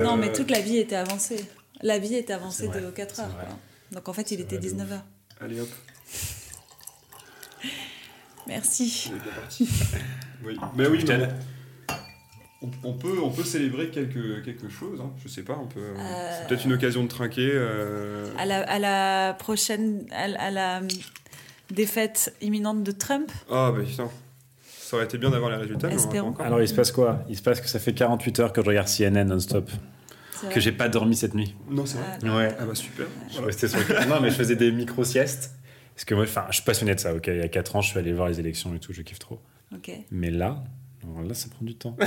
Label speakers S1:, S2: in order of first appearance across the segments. S1: Non, mais toute la vie était avancée. La vie était avancée
S2: Euh, C'est vrai,
S1: de 4
S2: c'est
S1: heures.
S2: vrai.
S1: quoi. Donc en fait, il
S2: C'est
S1: était
S2: vrai de
S1: 19
S2: ouf.
S1: heures.
S3: Allez hop,
S1: Merci.
S3: on est bien parti. oui. Mais Eh oui,
S2: Putain.
S3: mais on, on peut, on peut célébrer quelque, quelque chose, hein. je sais pas, on peut.
S1: Euh,
S3: C'est peut-être une occasion de trinquer. euh,
S1: À la, à la prochaine. À, la- à la hum, défaite imminente de Trump.
S3: Ah bah putain, ça aurait été bien d'avoir les résultats, mais on en a pas
S1: Espérons.
S3: encore.
S2: Alors, il se passe quoi Il se passe que ça fait 48 heures que je regarde CNN non-stop,
S1: c'est vrai.
S2: que j'ai pas dormi cette nuit.
S3: Non, c'est vrai.
S1: Ah,
S2: Ouais.
S3: Ah bah super.
S2: Je restais sur le- Non, mais je faisais des micro-siestes. Parce que moi, enfin, je suis passionné de ça, ok Il y a 4 ans, je suis allé voir les élections et tout, je kiffe trop.
S1: ok.
S2: Mais là, alors là, ça prend du temps.
S1: Ah,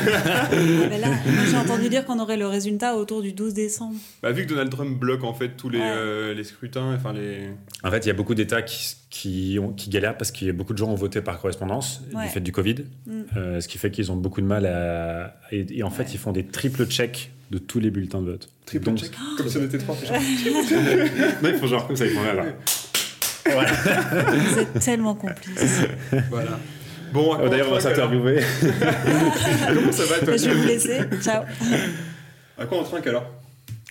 S1: ben là, moi, j'ai entendu dire qu'on aurait le résultat autour du 12 décembre.
S3: Bah, vu que Donald Trump bloque en fait tous les,
S1: Ouais.
S3: euh, les scrutins, enfin les.
S2: En fait, il y a beaucoup d'États qui, qui, ont- qui galèrent parce qu'il y a beaucoup de gens ont voté par correspondance
S1: Ouais.
S2: du fait du Covid,
S1: Mm.
S2: Euh, ce qui fait qu'ils ont beaucoup de mal à. Et, et en fait, ils font des triple checks de tous les bulletins de vote. Donc-
S3: check, comme si on était trois. déjà.
S2: Non, ils font genre comme ça, ils font là. là. Voilà.
S1: Vous êtes tellement complices.
S3: voilà. Bon,
S2: Oh, D'ailleurs, on va
S3: s'interviewer.
S2: s'interviewer.
S3: Comment ça va toi
S1: Je vais vous laisser. Ciao.
S3: À quoi on trinque alors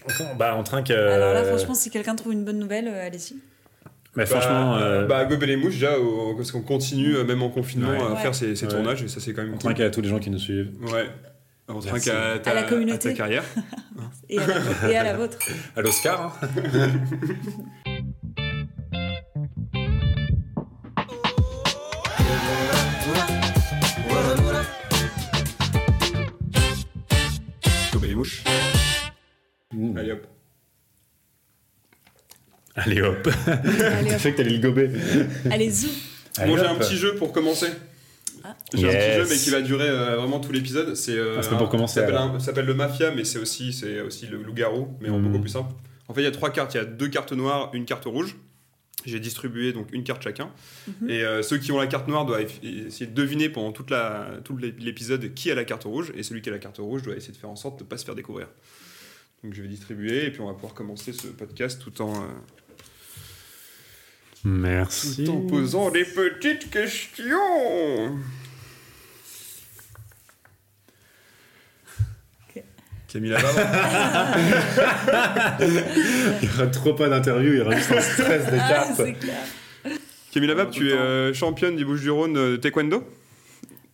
S2: Encore- bah, on trinque.
S1: Alors là,
S2: euh,
S1: franchement, si quelqu'un trouve une bonne nouvelle, euh, allez-y.
S2: Mais franchement,
S3: Bah,
S2: euh,
S3: bah gober les mouches déjà, au- parce qu'on continue euh, même en confinement
S2: Ouais.
S3: à
S1: Ouais.
S3: faire ces, ces
S2: Ouais.
S3: tournages et ça c'est quand même
S2: on
S3: cool.
S2: trinque à tous les gens qui nous suivent.
S3: Ouais. On trinque
S2: Merci.
S3: à ta,
S1: À la communauté.
S3: ta carrière.
S1: Et à la, et à la vôtre.
S2: À l'Oscar. hein.
S3: Gober les mouches.
S2: Mm.
S3: Allez hop.
S2: Allez hop.
S1: Allez,
S2: Je
S1: hop.
S2: sais que t'allais le gober.
S1: allez zou.
S2: Allez,
S3: Bon, j'ai
S2: hop.
S3: un petit jeu pour commencer.
S1: Ah.
S3: J'ai un petit
S2: Yes.
S3: jeu, mais qui va durer euh, vraiment tout l'épisode. C'est euh,
S2: Ah, c'est pas
S3: un-
S2: pour commencer,
S3: Ça s'appelle
S2: alors.
S3: un- ça s'appelle le mafia, mais c'est aussi, c'est aussi le loup-garou, mais en
S2: Mhm.
S3: beaucoup plus simple. En fait, il y a trois cartes. Il y a deux cartes noires, une carte rouge. J'ai distribué donc une carte chacun.
S1: Mhm.
S3: Et euh, ceux qui ont la carte noire doivent eff- essayer de deviner pendant toute la, tout l'ép- l'épisode qui a la carte rouge. Et celui qui a la carte rouge doit essayer de faire en sorte de ne pas se faire découvrir. Donc je vais distribuer et puis on va pouvoir commencer ce podcast tout en, euh,
S2: Merci.
S3: tout en posant des petites questions.
S1: Ok.
S3: Camille
S2: hein.
S3: Lavarde.
S2: Il y aura trop pas d'interview, il y aura juste un stress des
S1: Ah,
S2: cartes.
S1: c'est clair.
S3: Camille Lavarde, tu es euh, championne des Bouches-du-Rhône euh, de taekwondo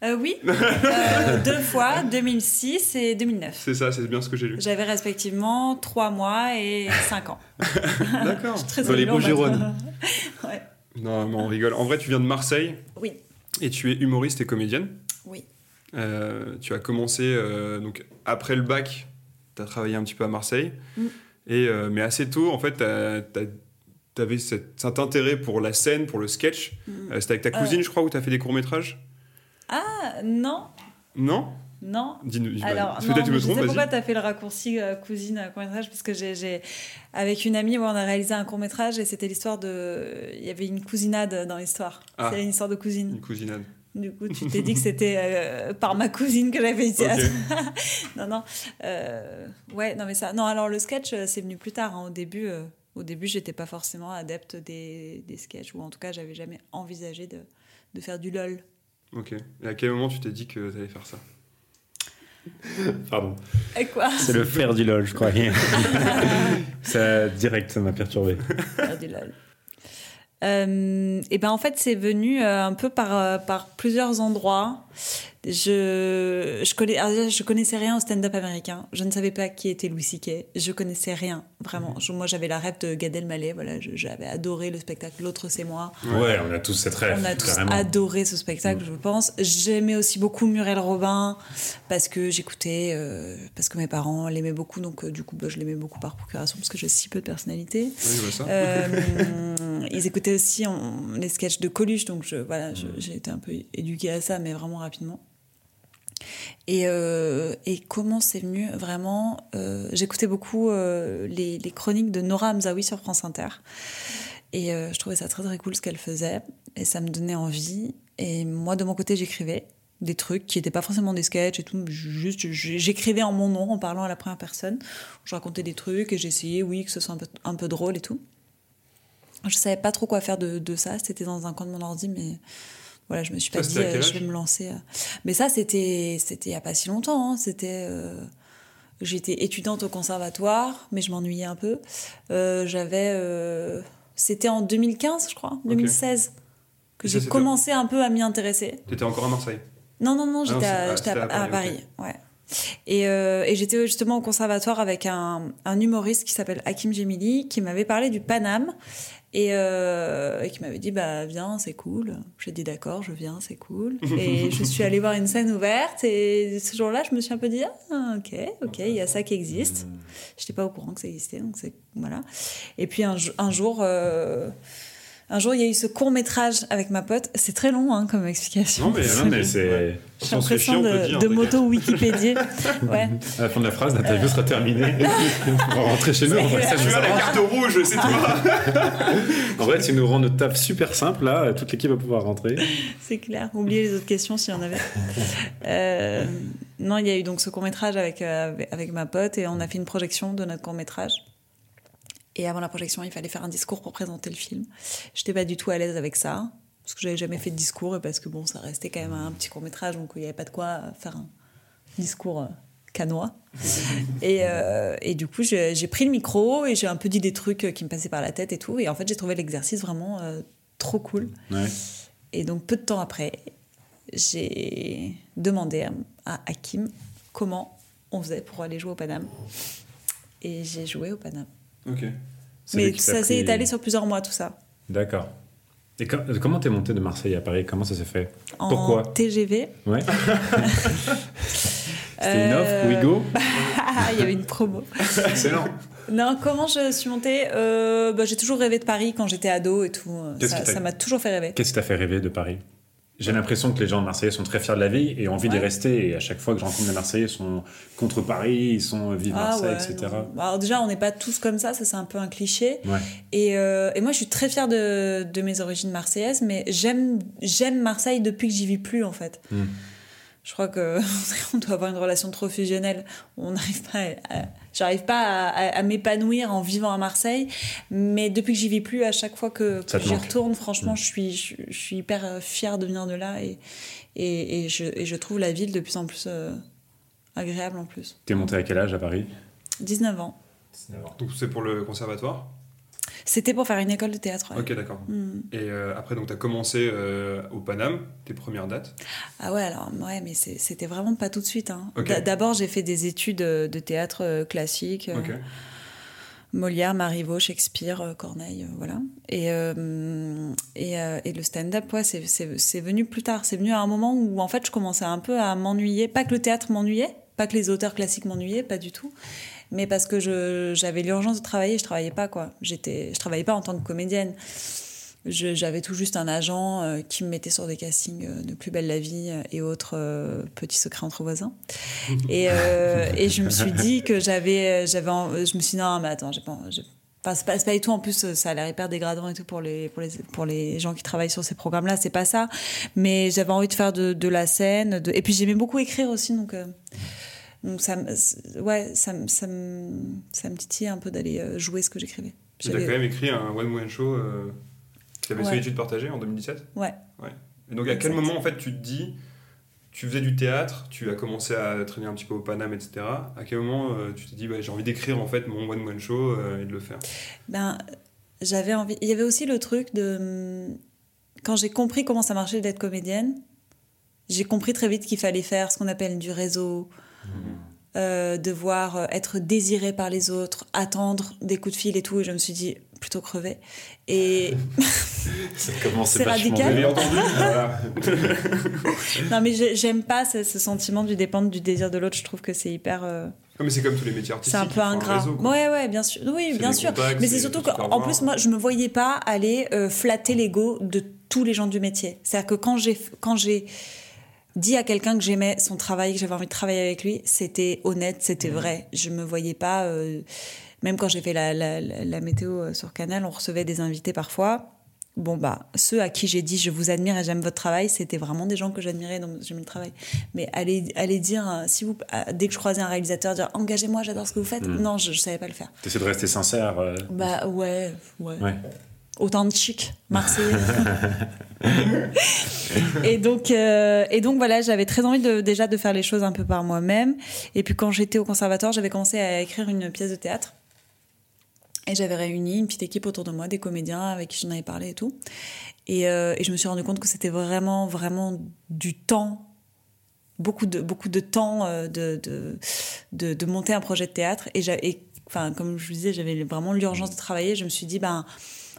S1: Euh, oui, Euh, deux fois, 2006 et 2009.
S3: C'est ça, c'est bien ce que j'ai lu.
S1: J'avais respectivement 3 mois et 5 ans.
S3: D'accord.
S1: Très
S2: Dans les
S1: évident,
S2: Bouches-du-Rhône.
S1: maintenant. Ouais.
S3: Non, mais on rigole. En vrai, tu viens de Marseille
S1: Oui,
S3: et tu es humoriste et comédienne.
S1: oui.
S3: Euh, tu as commencé, euh, donc après le bac, tu as travaillé un petit peu à Marseille.
S1: Mm.
S3: Et, euh, mais assez tôt, en fait, tu avais cet, cet intérêt pour la scène, pour le sketch.
S1: Mm.
S3: Euh, C'était avec ta
S1: Ah ouais.
S3: cousine, je crois, où tu as fait des courts-métrages
S1: Ah, non,
S3: Non
S1: non.
S3: Dis-nous. dis-
S1: Alors,
S3: bah,
S1: non, mais
S3: Peut-être tu me
S1: je sais
S3: trompes,
S1: pourquoi
S3: vas-y.
S1: t'as fait le raccourci euh, cousine euh, court-métrage parce que j'ai, j'ai- avec une amie, ouais, on a réalisé un court-métrage et c'était l'histoire de... Il y avait une cousinade dans l'histoire.
S3: Ah.
S1: C'est une histoire de cousine.
S3: Une cousinade.
S1: Du coup, tu t'es dit que c'était euh, par ma cousine que j'avais fait du théâtre.
S3: Ok.
S1: non, non. Euh, ouais, non, mais ça. Non, alors le sketch, euh, c'est venu plus tard. hein. Au début, euh, au début, j'étais pas forcément adepte des, des sketchs, ou en tout cas, j'avais jamais envisagé de, de faire du lol.
S3: Ok. Et à quel moment tu t'es dit que t'allais faire ça
S2: Pardon.
S1: Et quoi
S2: C'est le frère du LOL, je crois. ça, direct, ça m'a perturbé.
S1: Faire du lol. Euh, et ben en fait c'est venu euh, un peu par, euh, par plusieurs endroits. Je je connais alors déjà, je connaissais rien au stand-up américain. Je ne savais pas qui était Louis C.K. Je connaissais rien vraiment. Je- moi j'avais la rêve de Gad Elmaleh. Voilà, je- j'avais adoré le spectacle L'autre c'est moi.
S2: Ouais, on a tous cette rêve.
S1: On a tous
S2: carrément. Mm.
S1: adoré ce spectacle, je pense. J'aimais aussi beaucoup Muriel Robin parce que j'écoutais, euh, parce que mes parents l'aimaient beaucoup, donc euh, du coup, bah, je l'aimais beaucoup par procuration parce que j'ai si peu de personnalité.
S3: Oui, je vois ça.
S1: Euh, ils écoutaient aussi on- les sketchs de Coluche, donc je, voilà, je- j'ai été un peu éduquée à ça, mais vraiment rapidement. Et, euh, et comment c'est venu vraiment euh, J'écoutais beaucoup euh, les, les chroniques de Nora Hamzaoui sur France Inter. Et euh, je trouvais ça très très cool ce qu'elle faisait. Et ça me donnait envie. Et moi, de mon côté, j'écrivais des trucs qui n'étaient pas forcément des sketchs et tout. mais Juste, j- j'écrivais en mon nom en parlant à la première personne. Je racontais des trucs et j'essayais, oui, que ce soit un peu, un peu drôle et tout. Je savais pas trop quoi faire de, de ça. C'était dans un coin de mon ordi, mais voilà, je me suis
S3: Ça,
S1: pas dit,
S3: c'était à quel
S1: euh, je
S3: âge
S1: vais me lancer. euh. Mais ça, c'était c'était il y a pas si longtemps. hein. C'était. euh, J'étais étudiante au conservatoire, mais je m'ennuyais un peu. Euh, J'avais. euh, C'était en 2015, je crois, 2016, que
S3: Et ça,
S1: j'ai
S3: c'était-
S1: commencé un peu à m'y intéresser.
S3: T'étais encore à Marseille.
S1: Non, non, non,
S3: Ah non,
S1: j'étais
S3: c'est-
S1: à,
S3: ah,
S1: j'étais à-
S3: c'était à
S1: à
S3: Paris,
S1: Paris. Ouais. Et, euh, et j'étais justement au conservatoire avec un, un humoriste qui s'appelle Hakim Gemili, qui m'avait parlé du Paname et, euh, et qui m'avait dit bah viens c'est cool j'ai dit d'accord je viens c'est cool et je suis allée voir une scène ouverte et ce jour-là je me suis un peu dit ah, ok ok il y a ça qui existe
S3: Hmm.
S1: je n'étais pas au courant que ça existait, donc c'est voilà. Et puis un, jo- un jour, euh, un jour, il y a eu ce court métrage avec ma pote. C'est très long hein, comme explication.
S3: Non, mais-
S2: Non, mais c'est.
S1: J'ai
S3: sans se
S1: l'impression
S3: fier, on peut
S1: de,
S3: dire,
S1: de
S3: t'inquiète.
S1: moto Wikipédia. ouais.
S2: À la fin de la phrase, l'interview sera terminée. on va rentrer chez nous. En
S1: Euh,
S2: vrai, ça
S3: Tu
S2: nous
S3: as la
S2: arrange.
S3: carte rouge, c'est
S1: Ah.
S3: toi
S2: En vrai, tu nous rends notre taf super simple là. Toute l'équipe va pouvoir rentrer.
S1: C'est clair. Oubliez les autres questions s'il y en avait. Euh, non, il y a eu donc ce court métrage avec, euh, avec ma pote et on a fait une projection de notre court métrage. Et avant la projection, il fallait faire un discours pour présenter le film. J'étais pas du tout à l'aise avec ça parce que j'avais jamais fait de discours et parce que bon, ça restait quand même un petit court métrage donc il n'y avait pas de quoi faire un discours euh, canois. Et, euh, et du coup, j'ai j'ai pris le micro et j'ai un peu dit des trucs qui me passaient par la tête et tout. Et en fait, j'ai trouvé l'exercice vraiment euh, trop cool.
S2: Ouais.
S1: Et donc, peu de temps après, j'ai demandé à, à Hakim comment on faisait pour aller jouer au Paname. Et j'ai joué au Paname.
S3: Ok.
S2: C'est lui
S1: Mais
S2: qui t'a
S1: ça s'est
S2: pris-
S1: étalé sur plusieurs mois, tout ça.
S2: D'accord. Et com- comment t'es monté de Marseille à Paris Comment ça s'est fait
S1: En
S2: Pourquoi
S1: TGV.
S2: Ouais. C'était une offre,
S1: Euh, ah,
S2: Wigo
S1: Il y avait une promo.
S3: Excellent.
S1: Non, comment je suis montée Euh, bah, J'ai toujours rêvé de Paris quand j'étais ado et tout.
S2: Qu'est-ce
S1: Ça
S2: qui t'a-
S1: ça m'a toujours fait rêver.
S2: Qu'est-ce qui t'a fait rêver de Paris J'ai l'impression que les gens de Marseillais sont très fiers de la vie et ont envie d'y
S1: Ouais.
S2: rester. Et à chaque fois que je rencontre des Marseillais, ils sont contre Paris, ils sont euh, vive Marseille,
S1: Ah ouais,
S2: etc.
S1: non. Bah, Alors déjà, on n'est pas tous comme ça, ça c'est un peu un cliché.
S2: Ouais.
S1: Et, euh, et moi, je suis très fière de, de mes origines marseillaises, mais j'aime j'aime Marseille depuis que j'y vis plus, en fait.
S2: Mm.
S1: Je crois que on doit avoir une relation trop fusionnelle. On n'arrive pas, à- à- j'arrive pas à, à- à m'épanouir en vivant à Marseille, mais depuis que j'y vis plus, à chaque fois que,
S2: Ça
S1: que
S2: te
S1: j'y
S2: manque. Hmm.
S1: retourne, franchement, je suis je, je suis hyper euh, fière de venir de là et et, et je, et je trouve la ville de plus en plus euh, agréable en plus.
S2: T'es monté à quel âge à Paris
S1: 19 ans.
S3: Donc c'est pour le conservatoire
S1: C'était pour faire une école de théâtre. ouais.
S3: Ok, d'accord.
S1: Hmm.
S3: Et euh, après, donc, t'as commencé euh, au Paname, tes premières dates.
S1: Ah ouais, alors, ouais, mais c'est- c'était vraiment pas tout de suite. hein.
S3: Ok.
S1: D'a- D'abord, j'ai fait des études euh, de théâtre euh, classique, euh,
S3: Ok.
S1: Molière, Marivaux, Shakespeare, euh, Corneille, euh, voilà. Et, euh, et, euh, et le stand-up, ouais, c'est- c'est c'est venu plus tard. C'est venu à un moment où, en fait, je commençais un peu à m'ennuyer. Pas que le théâtre m'ennuyait, pas que les auteurs classiques m'ennuyaient, pas du tout. Mais parce que je- j'avais l'urgence de travailler, je travaillais pas, quoi. J'étais- Je travaillais pas en tant que comédienne. Je- J'avais tout juste un agent euh, qui me mettait sur des castings euh, de Plus belle la vie euh, et autres euh, petits secrets entre voisins. Et, euh, et je me suis dit que j'avais, euh, j'avais, en- je me suis dit non mais attends, j'ai pas, j'ai- enfin, c'est pas, c'est pas du tout. En plus, euh, ça a l'air hyper dégradant et tout pour les pour les pour les gens qui travaillent sur ces programmes-là. C'est pas ça. Mais j'avais envie de faire de, de la scène. De... Et puis j'aimais beaucoup écrire aussi, donc. euh, donc ça, me- c'est- ouais, ça, me- ça, me- ça me titillait un peu d'aller euh, jouer ce que j'écrivais.
S3: Et t'as
S1: J'avais-
S3: quand même écrit un one-woman show euh, qui s'appelle
S1: Ouais.
S3: Solitude partagée en 2017.
S1: Ouais.
S3: Et donc, à quel
S1: Exact.
S3: moment, en fait, tu te dis, tu faisais du théâtre, tu as commencé à traîner un petit peu au Paname, etc. À quel moment euh, tu t'es dit, bah, j'ai envie d'écrire, en fait, mon one-woman show euh, et de le faire
S1: Ben, j'avais envie. Il y avait aussi le truc de. Quand j'ai compris comment ça marchait d'être comédienne, j'ai compris très vite qu'il fallait faire ce qu'on appelle du réseau,
S3: Mmh.
S1: euh, devoir euh, être désiré par les autres, attendre des coups de fil et tout. Et je me suis dit, plutôt crever. Et
S2: Ça commence
S1: C'est
S2: vachement
S1: radical.
S2: bien.
S3: J'ai entendu voilà.
S1: non, mais j'ai- j'aime pas ce, ce sentiment du dépendre du désir de l'autre. Je trouve que c'est hyper. euh,
S3: Non, mais c'est comme tous les métiers artistiques.
S1: C'est un peu
S3: il faut
S1: ingrat.
S3: réseau, quoi.
S1: ouais, ouais, bien sûr. Oui,
S3: C'est
S1: bien
S3: les
S1: sûr.
S3: contacts,
S1: Mais
S3: c'est
S1: c'est surtout
S3: tout ce
S1: qu'en
S3: qu'il y a à
S1: en plus,
S3: voir.
S1: moi, je me voyais pas aller euh, flatter l'ego de tous les gens du métier. C'est-à-dire que quand j'ai quand j'ai dit à quelqu'un que j'aimais son travail, que j'avais envie de travailler avec lui, c'était honnête,
S3: Mmh.
S1: c'était vrai. Je me voyais pas. euh, même quand j'ai fait la, la- la- la météo euh, sur Canal, on recevait des invités parfois. Bon, bah, ceux à qui j'ai dit je vous admire et j'aime votre travail, c'était vraiment des gens que j'admirais, donc j'aimais le travail. Mais aller, aller dire, euh, si vous, euh, dès que je croisais un réalisateur, dire engagez-moi,
S3: Mmh.
S1: j'adore ce que vous faites, non, je, je savais pas le faire.
S2: T'essaies de rester sincère. euh,
S1: Bah ouais, ouais.
S2: Ouais.
S1: authentique marseillais. et donc euh, et donc voilà, j'avais très envie de, déjà de faire les choses un peu par moi-même. Et puis quand j'étais au conservatoire, j'avais commencé à écrire une pièce de théâtre. Et j'avais réuni une petite équipe autour de moi, des comédiens avec qui j'en avais parlé et tout. Et, euh, et je me suis rendu compte que c'était vraiment, vraiment du temps, beaucoup de, beaucoup de temps euh, de, de, de, de monter un projet de théâtre. Et, j'a- et, enfin, comme je vous disais, j'avais vraiment l'urgence de travailler. Je me suis dit, ben,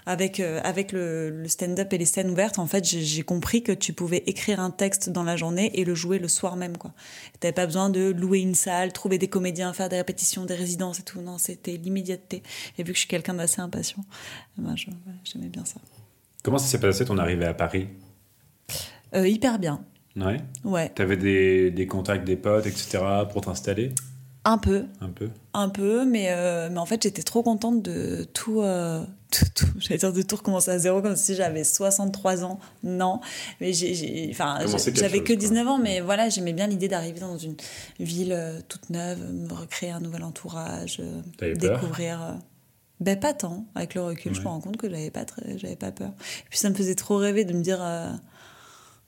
S1: avec, euh, avec le, le stand-up et les scènes ouvertes, en fait, j'ai j'ai compris que tu pouvais écrire un texte dans la journée et le jouer le soir même, quoi. T'avais pas besoin de louer une salle, trouver des comédiens, faire des répétitions, des résidences et tout. Non, c'était l'immédiateté. Et vu que je suis quelqu'un d'assez impatient, ben, je- voilà, j'aimais bien ça.
S2: Comment ça s'est passé ton arrivée à Paris
S1: Euh, hyper bien.
S2: Ouais.
S1: Ouais,
S2: T'avais des, des contacts, des potes, etc. pour t'installer
S1: un peu,
S2: un peu
S1: un peu, mais, euh, mais en fait, j'étais trop contente de tout, euh, de tout j'allais dire de tout recommencer à zéro, comme si j'avais 63 ans. Non, mais j'ai- j'ai- enfin,
S2: Commencer
S1: j'ai-
S2: quelque
S1: j'avais
S2: chose,
S1: que
S2: quoi.
S1: 19 ans, mais voilà, j'aimais bien l'idée d'arriver dans une ville euh, toute neuve, me recréer un nouvel entourage, euh,
S2: T'avais peur
S1: découvrir. euh, ben, pas tant. Avec le recul, je
S2: Ouais.
S1: me rends compte que j'avais pas, très- j'avais pas peur. Et puis, ça me faisait trop rêver de me dire. euh,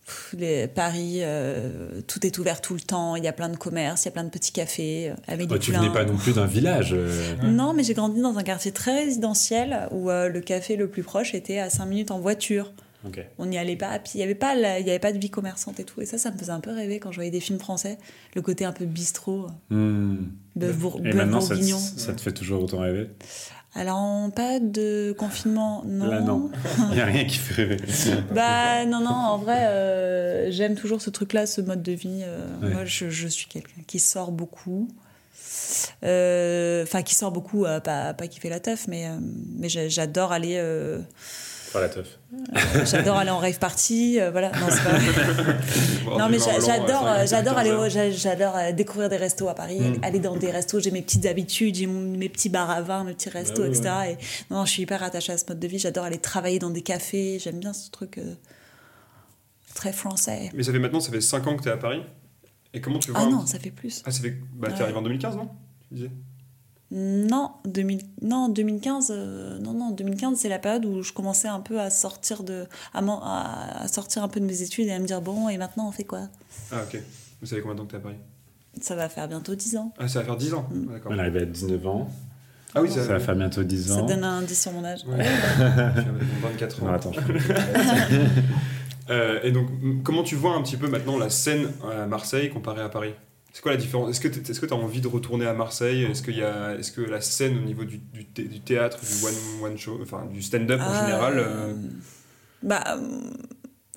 S1: pff, les Paris, euh, tout est ouvert tout le temps, il y a plein de commerces, il y a plein de petits cafés, euh, avec
S2: Oh,
S1: des
S2: Tu
S1: pleins.
S2: venais pas non plus d'un village. euh.
S1: Non, mais j'ai grandi dans un quartier très résidentiel où euh, le café le plus proche était à 5 minutes en voiture.
S2: Ok.
S1: On n'y allait pas, puis il n'y avait, pas la- il y avait pas de vie commerçante et tout. Et ça, ça me faisait un peu rêver quand je voyais des films français, le côté un peu bistrot, euh,
S2: Hmm.
S1: bœuf bour-
S2: Et
S1: bœuf
S2: maintenant, ça, te-
S1: bourguignon.
S2: ça te fait toujours autant rêver
S1: Alors, en pas de confinement, non.
S2: Là, non. Il n'y a rien qui fait rêver.
S1: Bah non, non, en vrai, euh, j'aime toujours ce truc-là, ce mode de vie. euh,
S2: Ouais.
S1: Moi, je, je suis quelqu'un qui sort beaucoup. Euh, Enfin, qui sort beaucoup, euh, pas, pas qui fait la teuf, mais, euh, mais j'a- j'adore aller, euh,
S2: Faire la teuf.
S1: j'adore aller en rave party. euh, voilà, non, c'est pas vrai.
S3: Boire
S1: Non,
S3: du
S1: mais
S3: vin
S1: j'a-
S3: blanc à
S1: j'adore, euh,
S3: 5,
S1: j'adore aller,
S3: 14
S1: au-
S3: heures.
S1: j'a- j'adore euh, découvrir des restos à Paris, aller dans des restos. J'ai mes petites habitudes, j'ai mon- mes petits bars à vin, mes petits restos,
S2: ouais,
S1: etc. Et non, je suis hyper attachée à ce mode de vie. J'adore aller travailler dans des cafés. J'aime bien ce truc euh, très français.
S3: Mais ça fait maintenant, ça fait 5 ans que t'es à Paris. Et comment tu vois
S1: Ah
S3: un-
S1: non, ça fait plus.
S3: Ah, ça fait. Bah, t'es
S1: Ouais.
S3: arrivé en 2015, non Tu disais
S1: Non, 2000, non 2015, euh, non, non, 2015, c'est la période où je commençais un peu à sortir de, à, m'en- à- à sortir un peu de mes études et à me dire bon, et maintenant on fait quoi
S3: Ah, ok. Vous savez combien de temps que t'es à Paris
S1: Ça va faire bientôt 10 ans.
S3: Ah, ça va faire 10 ans.
S1: Mm.
S3: Ah, D'accord.
S2: On est arrivé à 19 ans.
S3: Ah oui,
S2: Ça
S3: ça,
S2: va faire bientôt 10
S1: Ça
S2: ans.
S1: donne un indice sur mon âge.
S3: Ouais. Je suis avec mon 24 ans.
S2: Non, attends. je-
S3: Euh, et donc, m- comment tu vois un petit peu maintenant la scène à Marseille comparée à Paris C'est quoi la différence Est-ce que tu as envie de retourner à Marseille Est-ce qu'il y a, est-ce que la scène au niveau du, du thé- du théâtre, du one, one show, enfin du stand-up en
S1: Ah,
S3: général
S1: euh,
S3: euh,
S1: bah, euh,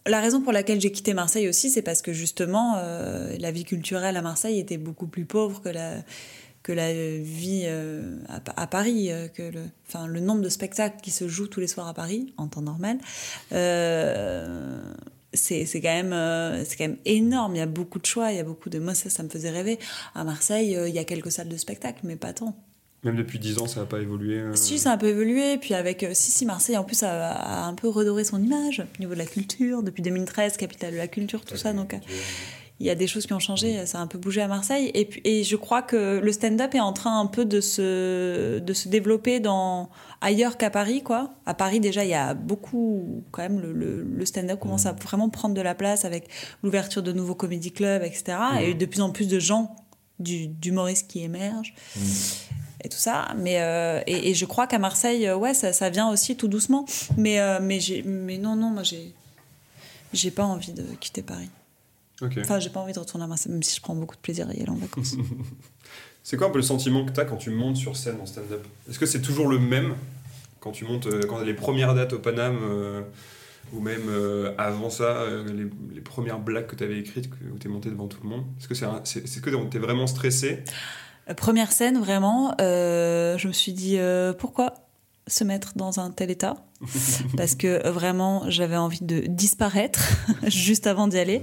S1: la raison pour laquelle j'ai quitté Marseille aussi, c'est parce que justement, euh, la vie culturelle à Marseille était beaucoup plus pauvre que la que la vie euh, à, Pa- à Paris, euh, que le, enfin le nombre de spectacles qui se jouent tous les soirs à Paris en temps normal, euh, c'est c'est quand même euh, c'est quand même énorme. Il y a beaucoup de choix, il y a beaucoup de moi ça, ça me faisait rêver. À Marseille, euh, il y a quelques salles de spectacle, mais pas tant.
S3: Même depuis 10 ans, ça n'a pas évolué. euh.
S1: Si, ça a un peu évolué. Puis avec. euh, Si, si, Marseille, en plus, a, a un peu redoré son image au niveau de la culture. Depuis 2013, capitale de la culture, tout ça. Donc, euh, il y a des choses qui ont changé. Ça a un peu bougé à Marseille. Et, puis, et je crois que le stand-up est en train un peu de se, de se développer dans, ailleurs qu'à Paris, quoi. À Paris, déjà, il y a beaucoup. Quand même, le, le- le stand-up commence à vraiment prendre de la place avec l'ouverture de nouveaux comédie clubs, etc. Et de plus en plus de gens du- d'humoristes qui émergent et tout ça. Mais, euh, et, et je crois qu'à Marseille, euh, ouais, ça, ça vient aussi tout doucement. Mais, euh, mais, j'ai- mais non, non, moi, j'ai, j'ai pas envie de quitter Paris.
S3: Ok.
S1: Enfin, j'ai pas envie de retourner à Marseille, même si je prends beaucoup de plaisir à y aller en vacances.
S3: C'est quoi un peu le sentiment que tu as quand tu montes sur scène en stand-up Est-ce que c'est toujours le même quand tu montes, euh, quand les premières dates au Paname euh, ou même euh, avant ça, euh, les, les premières blagues que tu avais écrites, que- où tu es monté devant tout le monde Est-ce que c'est un- c'est est, que tu es vraiment stressé
S1: Euh, Première scène, vraiment, euh, je me suis dit euh, pourquoi se mettre dans un tel état parce que euh, vraiment j'avais envie de disparaître juste avant d'y aller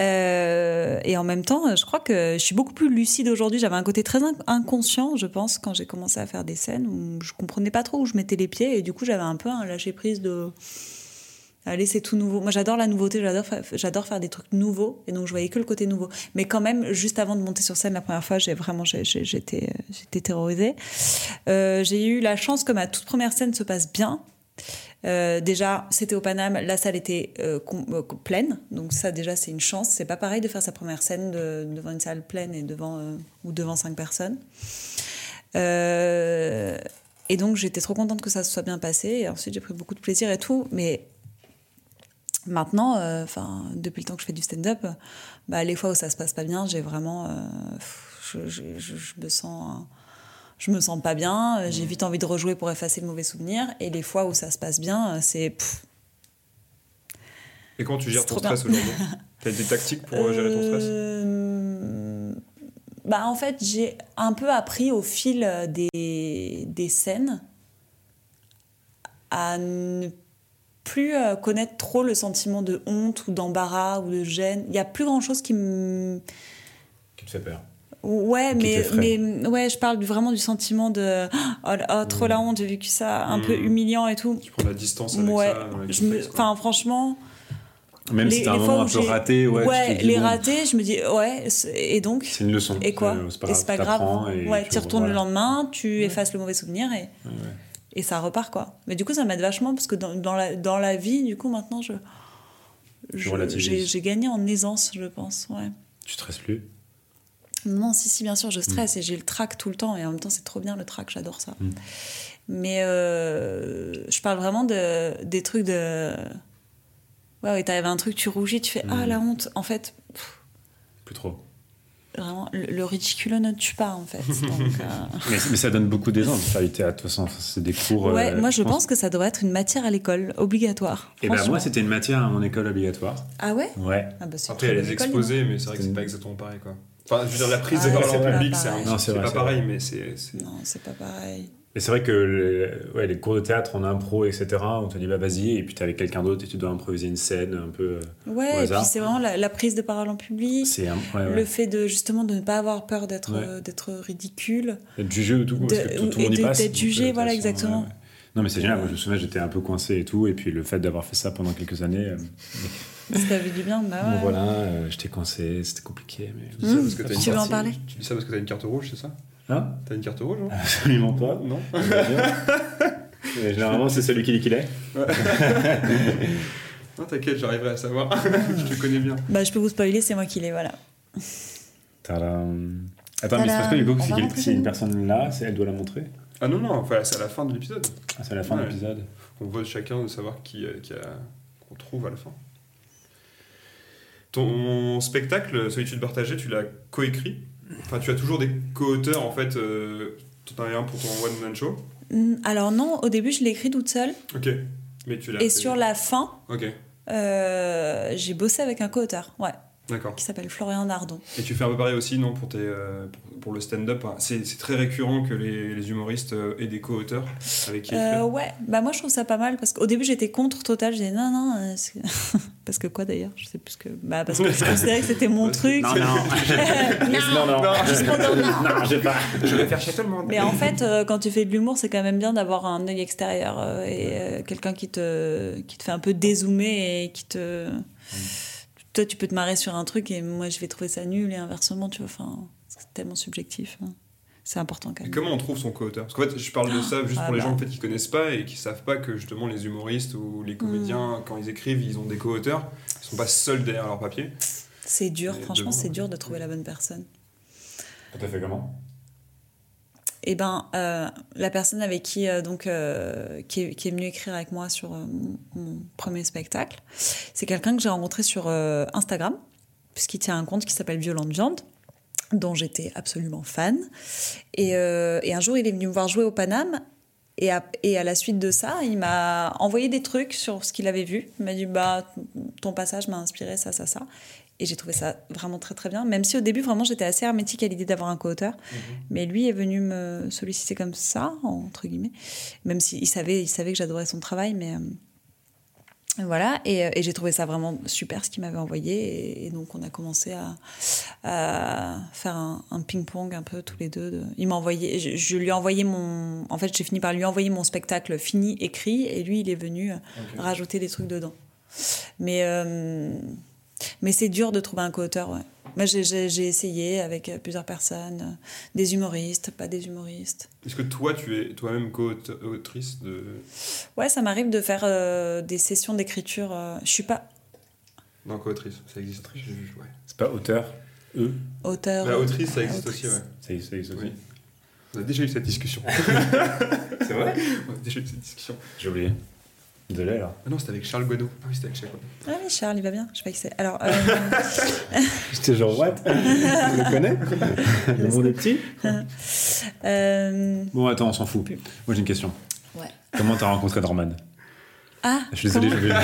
S1: Euh, et en même temps euh, je crois que je suis beaucoup plus lucide aujourd'hui j'avais un côté très inc- inconscient je pense quand j'ai commencé à faire des scènes où je comprenais pas trop où je mettais les pieds et du coup j'avais un peu un lâcher prise de Allez, c'est tout nouveau. Moi, j'adore la nouveauté, j'adore, fa- j'adore faire des trucs nouveaux, et donc je voyais que le côté nouveau. Mais quand même, juste avant de monter sur scène la première fois, j'ai vraiment, j'ai- j'ai- j'étais, euh, j'étais terrorisée. Euh, j'ai eu la chance que ma toute première scène se passe bien. Euh, déjà, c'était au Paname, la salle était euh, com- euh, com- pleine, donc ça déjà c'est une chance. C'est pas pareil de faire sa première scène de- devant une salle pleine et devant euh, ou devant cinq personnes. Euh, et donc j'étais trop contente que ça se soit bien passé. Et ensuite j'ai pris beaucoup de plaisir et tout, mais maintenant, euh, enfin depuis le temps que je fais du stand-up, bah, les fois où ça se passe pas bien, j'ai vraiment, euh, pff, je, je- je- je me sens je me sens pas bien, euh, j'ai vite envie de rejouer pour effacer le mauvais souvenir. Et les fois où ça se passe bien, euh, c'est. pff,
S3: Et comment tu gères
S1: C'est
S3: ton
S1: trop
S3: stress aujourd'hui T'as des tactiques pour euh, gérer ton stress
S1: euh, Bah, en fait, j'ai un peu appris au fil euh, des, des scènes à ne plus euh, connaître trop le sentiment de honte ou d'embarras ou de gêne. Il n'y a plus grand chose qui me.
S2: Qui te fait peur.
S1: Ouais,
S2: Qui
S1: mais,
S2: t'effraie.
S1: mais ouais, je parle vraiment du sentiment de oh, là- oh, trop
S2: Mm.
S1: la honte, j'ai vécu ça, un
S3: Mm.
S1: peu humiliant et tout.
S3: Tu prends la distance avec
S1: ouais,
S3: ça avec
S1: je
S3: ton
S1: me-
S3: texte, quoi.
S1: enfin franchement,
S2: Même
S1: les,
S2: si t'as un
S1: les fois
S2: moment
S1: où
S2: un peu
S1: j'ai-
S2: raté, ouais, tu te dis,
S1: les
S2: bon,
S1: ratés, je me dis ouais, c'est- et donc
S2: C'est une leçon. Euh,
S1: et quoi
S2: C'est-
S1: Et c'est pas grave.
S2: t'apprends et
S1: ouais, tu retournes le
S2: voilà.
S1: lendemain, tu effaces le mauvais souvenir et
S2: Ouais, ouais.
S1: et ça repart quoi. Mais du coup, ça m'aide vachement parce que dans, dans la dans la vie, du coup, maintenant je je-
S2: relativises.
S1: j'ai j'ai gagné en aisance, je pense, ouais.
S2: Tu stresses plus.
S1: Non, si, si, bien sûr,
S2: Mm.
S1: je stresse et j'ai le trac tout le temps. Et en même temps, c'est trop bien le trac, j'adore ça.
S2: Mm.
S1: Mais euh, je parle vraiment de, des trucs de. Ouais, ouais, t'arrives à un truc, tu rougis, tu fais
S2: Mm.
S1: Ah, la honte. En fait, pff,
S2: Plus trop.
S1: vraiment, le, le ridicule ne tue pas, en fait. Donc, euh,
S2: Mais, mais ça donne beaucoup d'exemples. Faire du théâtre, de toute façon, c'est des cours.
S1: Ouais,
S2: euh,
S1: moi, je pense que ça doit être une matière à l'école, obligatoire.
S2: Et ben
S1: franchement.
S2: moi, c'était une matière à mon école obligatoire.
S1: Ah ouais
S2: Ouais.
S1: ah bah, c'est
S3: Après,
S1: une
S3: elle
S1: très bonne
S3: les
S1: école,
S3: exposés, mais c'est vrai que c'est
S2: C'était-
S3: pas exactement pareil, quoi. Enfin, je veux dire, la prise
S1: Ah,
S3: de
S1: ouais,
S3: parole
S1: c'est
S3: en
S1: pas
S3: public, c'est
S1: pareil.
S3: un-
S2: Non, c'est
S3: c'est
S2: vrai,
S3: pas
S2: c'est vrai.
S3: pareil, mais c'est. c'est-
S1: Non, c'est pas pareil.
S2: Mais c'est vrai que le- ouais, les cours de théâtre en impro, etc., on te dit bah vas-y, et puis t'es avec quelqu'un d'autre et tu dois improviser une scène un peu. euh, au
S1: Ouais, et puis
S2: hasard.
S1: c'est vraiment la, la prise de parole en public.
S2: C'est un. Ouais, ouais.
S1: Le fait de justement de ne pas avoir peur d'être
S2: Ouais.
S1: euh, d'être ridicule.
S2: D'être jugé de tout coup, parce
S1: De-
S2: que tout, tout le
S1: et
S2: monde y
S1: de-
S2: passe.
S1: d'être
S2: donc,
S1: jugé,
S2: euh, de
S1: voilà,
S2: toute façon,
S1: exactement.
S2: Non, mais c'est génial. Moi, je me souviens, j'étais un peu coincé et tout. Et puis, le fait d'avoir fait ça pendant quelques années, euh,
S1: Ça fait du bien, bah
S2: bon,
S1: ouais.
S2: voilà, euh, j'étais coincé, c'était compliqué. Mais...
S3: Tu dis ça parce que t'as
S1: Mmh. tu veux
S3: une
S1: en
S3: carte-
S1: parler
S3: Tu dis ça parce que t'as une carte rouge, c'est ça
S2: Hein
S3: T'as une carte rouge, non
S2: Absolument pas.
S3: Non
S2: Mais Euh, Généralement, c'est celui qui dit qu'il est.
S3: Non, Ah, t'inquiète, j'arriverai à savoir. je te connais bien.
S1: Bah, je peux vous spoiler, c'est moi qui l'ai, voilà.
S2: Tadam. Attends, mais c'est parce que du
S1: Tadam.
S2: coup,
S1: On
S2: si,
S1: va
S2: quel-
S1: montrer
S2: si une
S1: nous.
S2: personne là, c'est- elle doit la montrer.
S3: Ah non, non, enfin, c'est à la fin de l'épisode.
S2: Ah, c'est à la fin
S3: Ouais.
S2: de l'épisode.
S3: On vote chacun de savoir qui, euh, qui a- qu'on trouve à la fin. Ton spectacle, Solitude partagée, tu l'as coécrit. Enfin, tu as toujours des co-auteurs, en fait. Euh, T'en avais un pour ton one-man show.
S1: Hum, Alors non, au début, je l'ai écrit toute seule.
S3: Ok. Mais tu l'as.
S1: Et
S3: fait-
S1: sur la fin,
S3: Ok,
S1: euh, j'ai bossé avec un co-auteur, ouais,
S3: d'accord.
S1: qui s'appelle Florian Nardon.
S3: Et tu fais un peu pareil aussi, non, pour, tes, euh, pour, pour le stand-up. hein. C'est c'est très récurrent que les, les humoristes euh, aient des co-auteurs avec qui
S1: Euh,
S3: écrire.
S1: ouais, bah moi je trouve ça pas mal parce qu'au début j'étais contre Total, j'ai dit non non euh, c'est- parce que quoi d'ailleurs, je sais plus que bah parce que je considérais que c'était mon truc.
S2: Non, non. non, non.
S3: Non,
S1: juste pour dire non.
S2: non, j'ai pas.
S3: Je vais faire chez tout le monde.
S1: Mais en fait, euh, quand tu fais de l'humour, c'est quand même bien d'avoir un œil extérieur euh, et euh, quelqu'un qui te, qui te fait un peu dézoomer et qui te. Toi, tu peux te marrer sur un truc et moi, je vais trouver ça nul et inversement, tu vois. Enfin, c'est tellement subjectif. hein. C'est important quand
S3: Et
S1: même.
S3: Comment on trouve son co-auteur Parce qu'en fait, je parle de ça juste
S1: Ah
S3: pour les
S1: bah.
S3: gens en fait, qui connaissent pas et qui savent pas que justement les humoristes ou les comédiens,
S1: Hmm.
S3: quand ils écrivent, ils ont des co-auteurs. Ils sont pas seuls derrière leur papier.
S1: C'est dur,
S3: Et
S1: franchement,
S3: de-
S1: c'est dur de trouver la bonne personne.
S2: T'as fait comment
S1: Et ben, euh, la personne avec qui, euh, donc, euh, qui, est, qui est venue écrire avec moi sur euh, mon, mon premier spectacle, c'est quelqu'un que j'ai rencontré sur euh, Instagram, puisqu'il tient un compte qui s'appelle Violente Viande, dont j'étais absolument fan. Et, euh, et un jour, il est venu me voir jouer au Paname. Et à, et à la suite de ça, il m'a envoyé des trucs sur ce qu'il avait vu. Il m'a dit bah, Ton passage m'a inspiré, ça, ça, ça. Et j'ai trouvé ça vraiment très, très bien. Même si au début, vraiment, j'étais assez hermétique à l'idée d'avoir un co-auteur. Mais lui est venu me solliciter comme ça, entre guillemets. Même s'il savait, il savait que j'adorais son travail, mais. euh, voilà, et, euh, et j'ai trouvé ça vraiment super ce qu'il m'avait envoyé. Et, et donc, on a commencé à, à faire un, un ping-pong un peu tous les deux. de- Il m'a envoyé, je, je lui ai envoyé mon. En fait, j'ai fini par lui envoyer mon spectacle fini, écrit, et lui, il est venu euh, rajouter des trucs dedans. Mais euh, Mais c'est dur de trouver un co-auteur, ouais. Moi, j'ai- j'ai j'ai essayé avec euh, plusieurs personnes, euh, des humoristes, pas des humoristes.
S3: Est-ce que toi, tu es toi-même co-autrice de...
S1: Ouais, ça m'arrive de faire euh, des sessions d'écriture. euh, je suis pas
S3: Non, co-autrice, ça existe. Je- je- ouais.
S2: C'est pas E. auteur, eux
S1: auteur.
S3: Bah, autrice, ça existe
S1: Euh, Autrice.
S3: aussi, ouais.
S2: Ça existe, ça existe aussi.
S3: Oui. On a déjà eu cette discussion.
S2: C'est vrai
S3: On a déjà eu cette discussion.
S2: J'ai oublié. Désolé alors.
S3: Ah non, c'était avec Charles Guano. Ah oui, c'était avec Charles Guano.
S1: Ah oui, Charles, il va bien. Je sais pas qui c'est. Alors, euh,
S2: J'étais genre, what Tu le connais Le monde est petit
S1: euh,
S2: Bon, attends, on s'en fout. Moi, j'ai une question.
S1: ouais.
S2: Comment t'as rencontré Norman
S1: Ah,
S2: Je suis désolé,
S1: comment-
S2: j'ai oublié.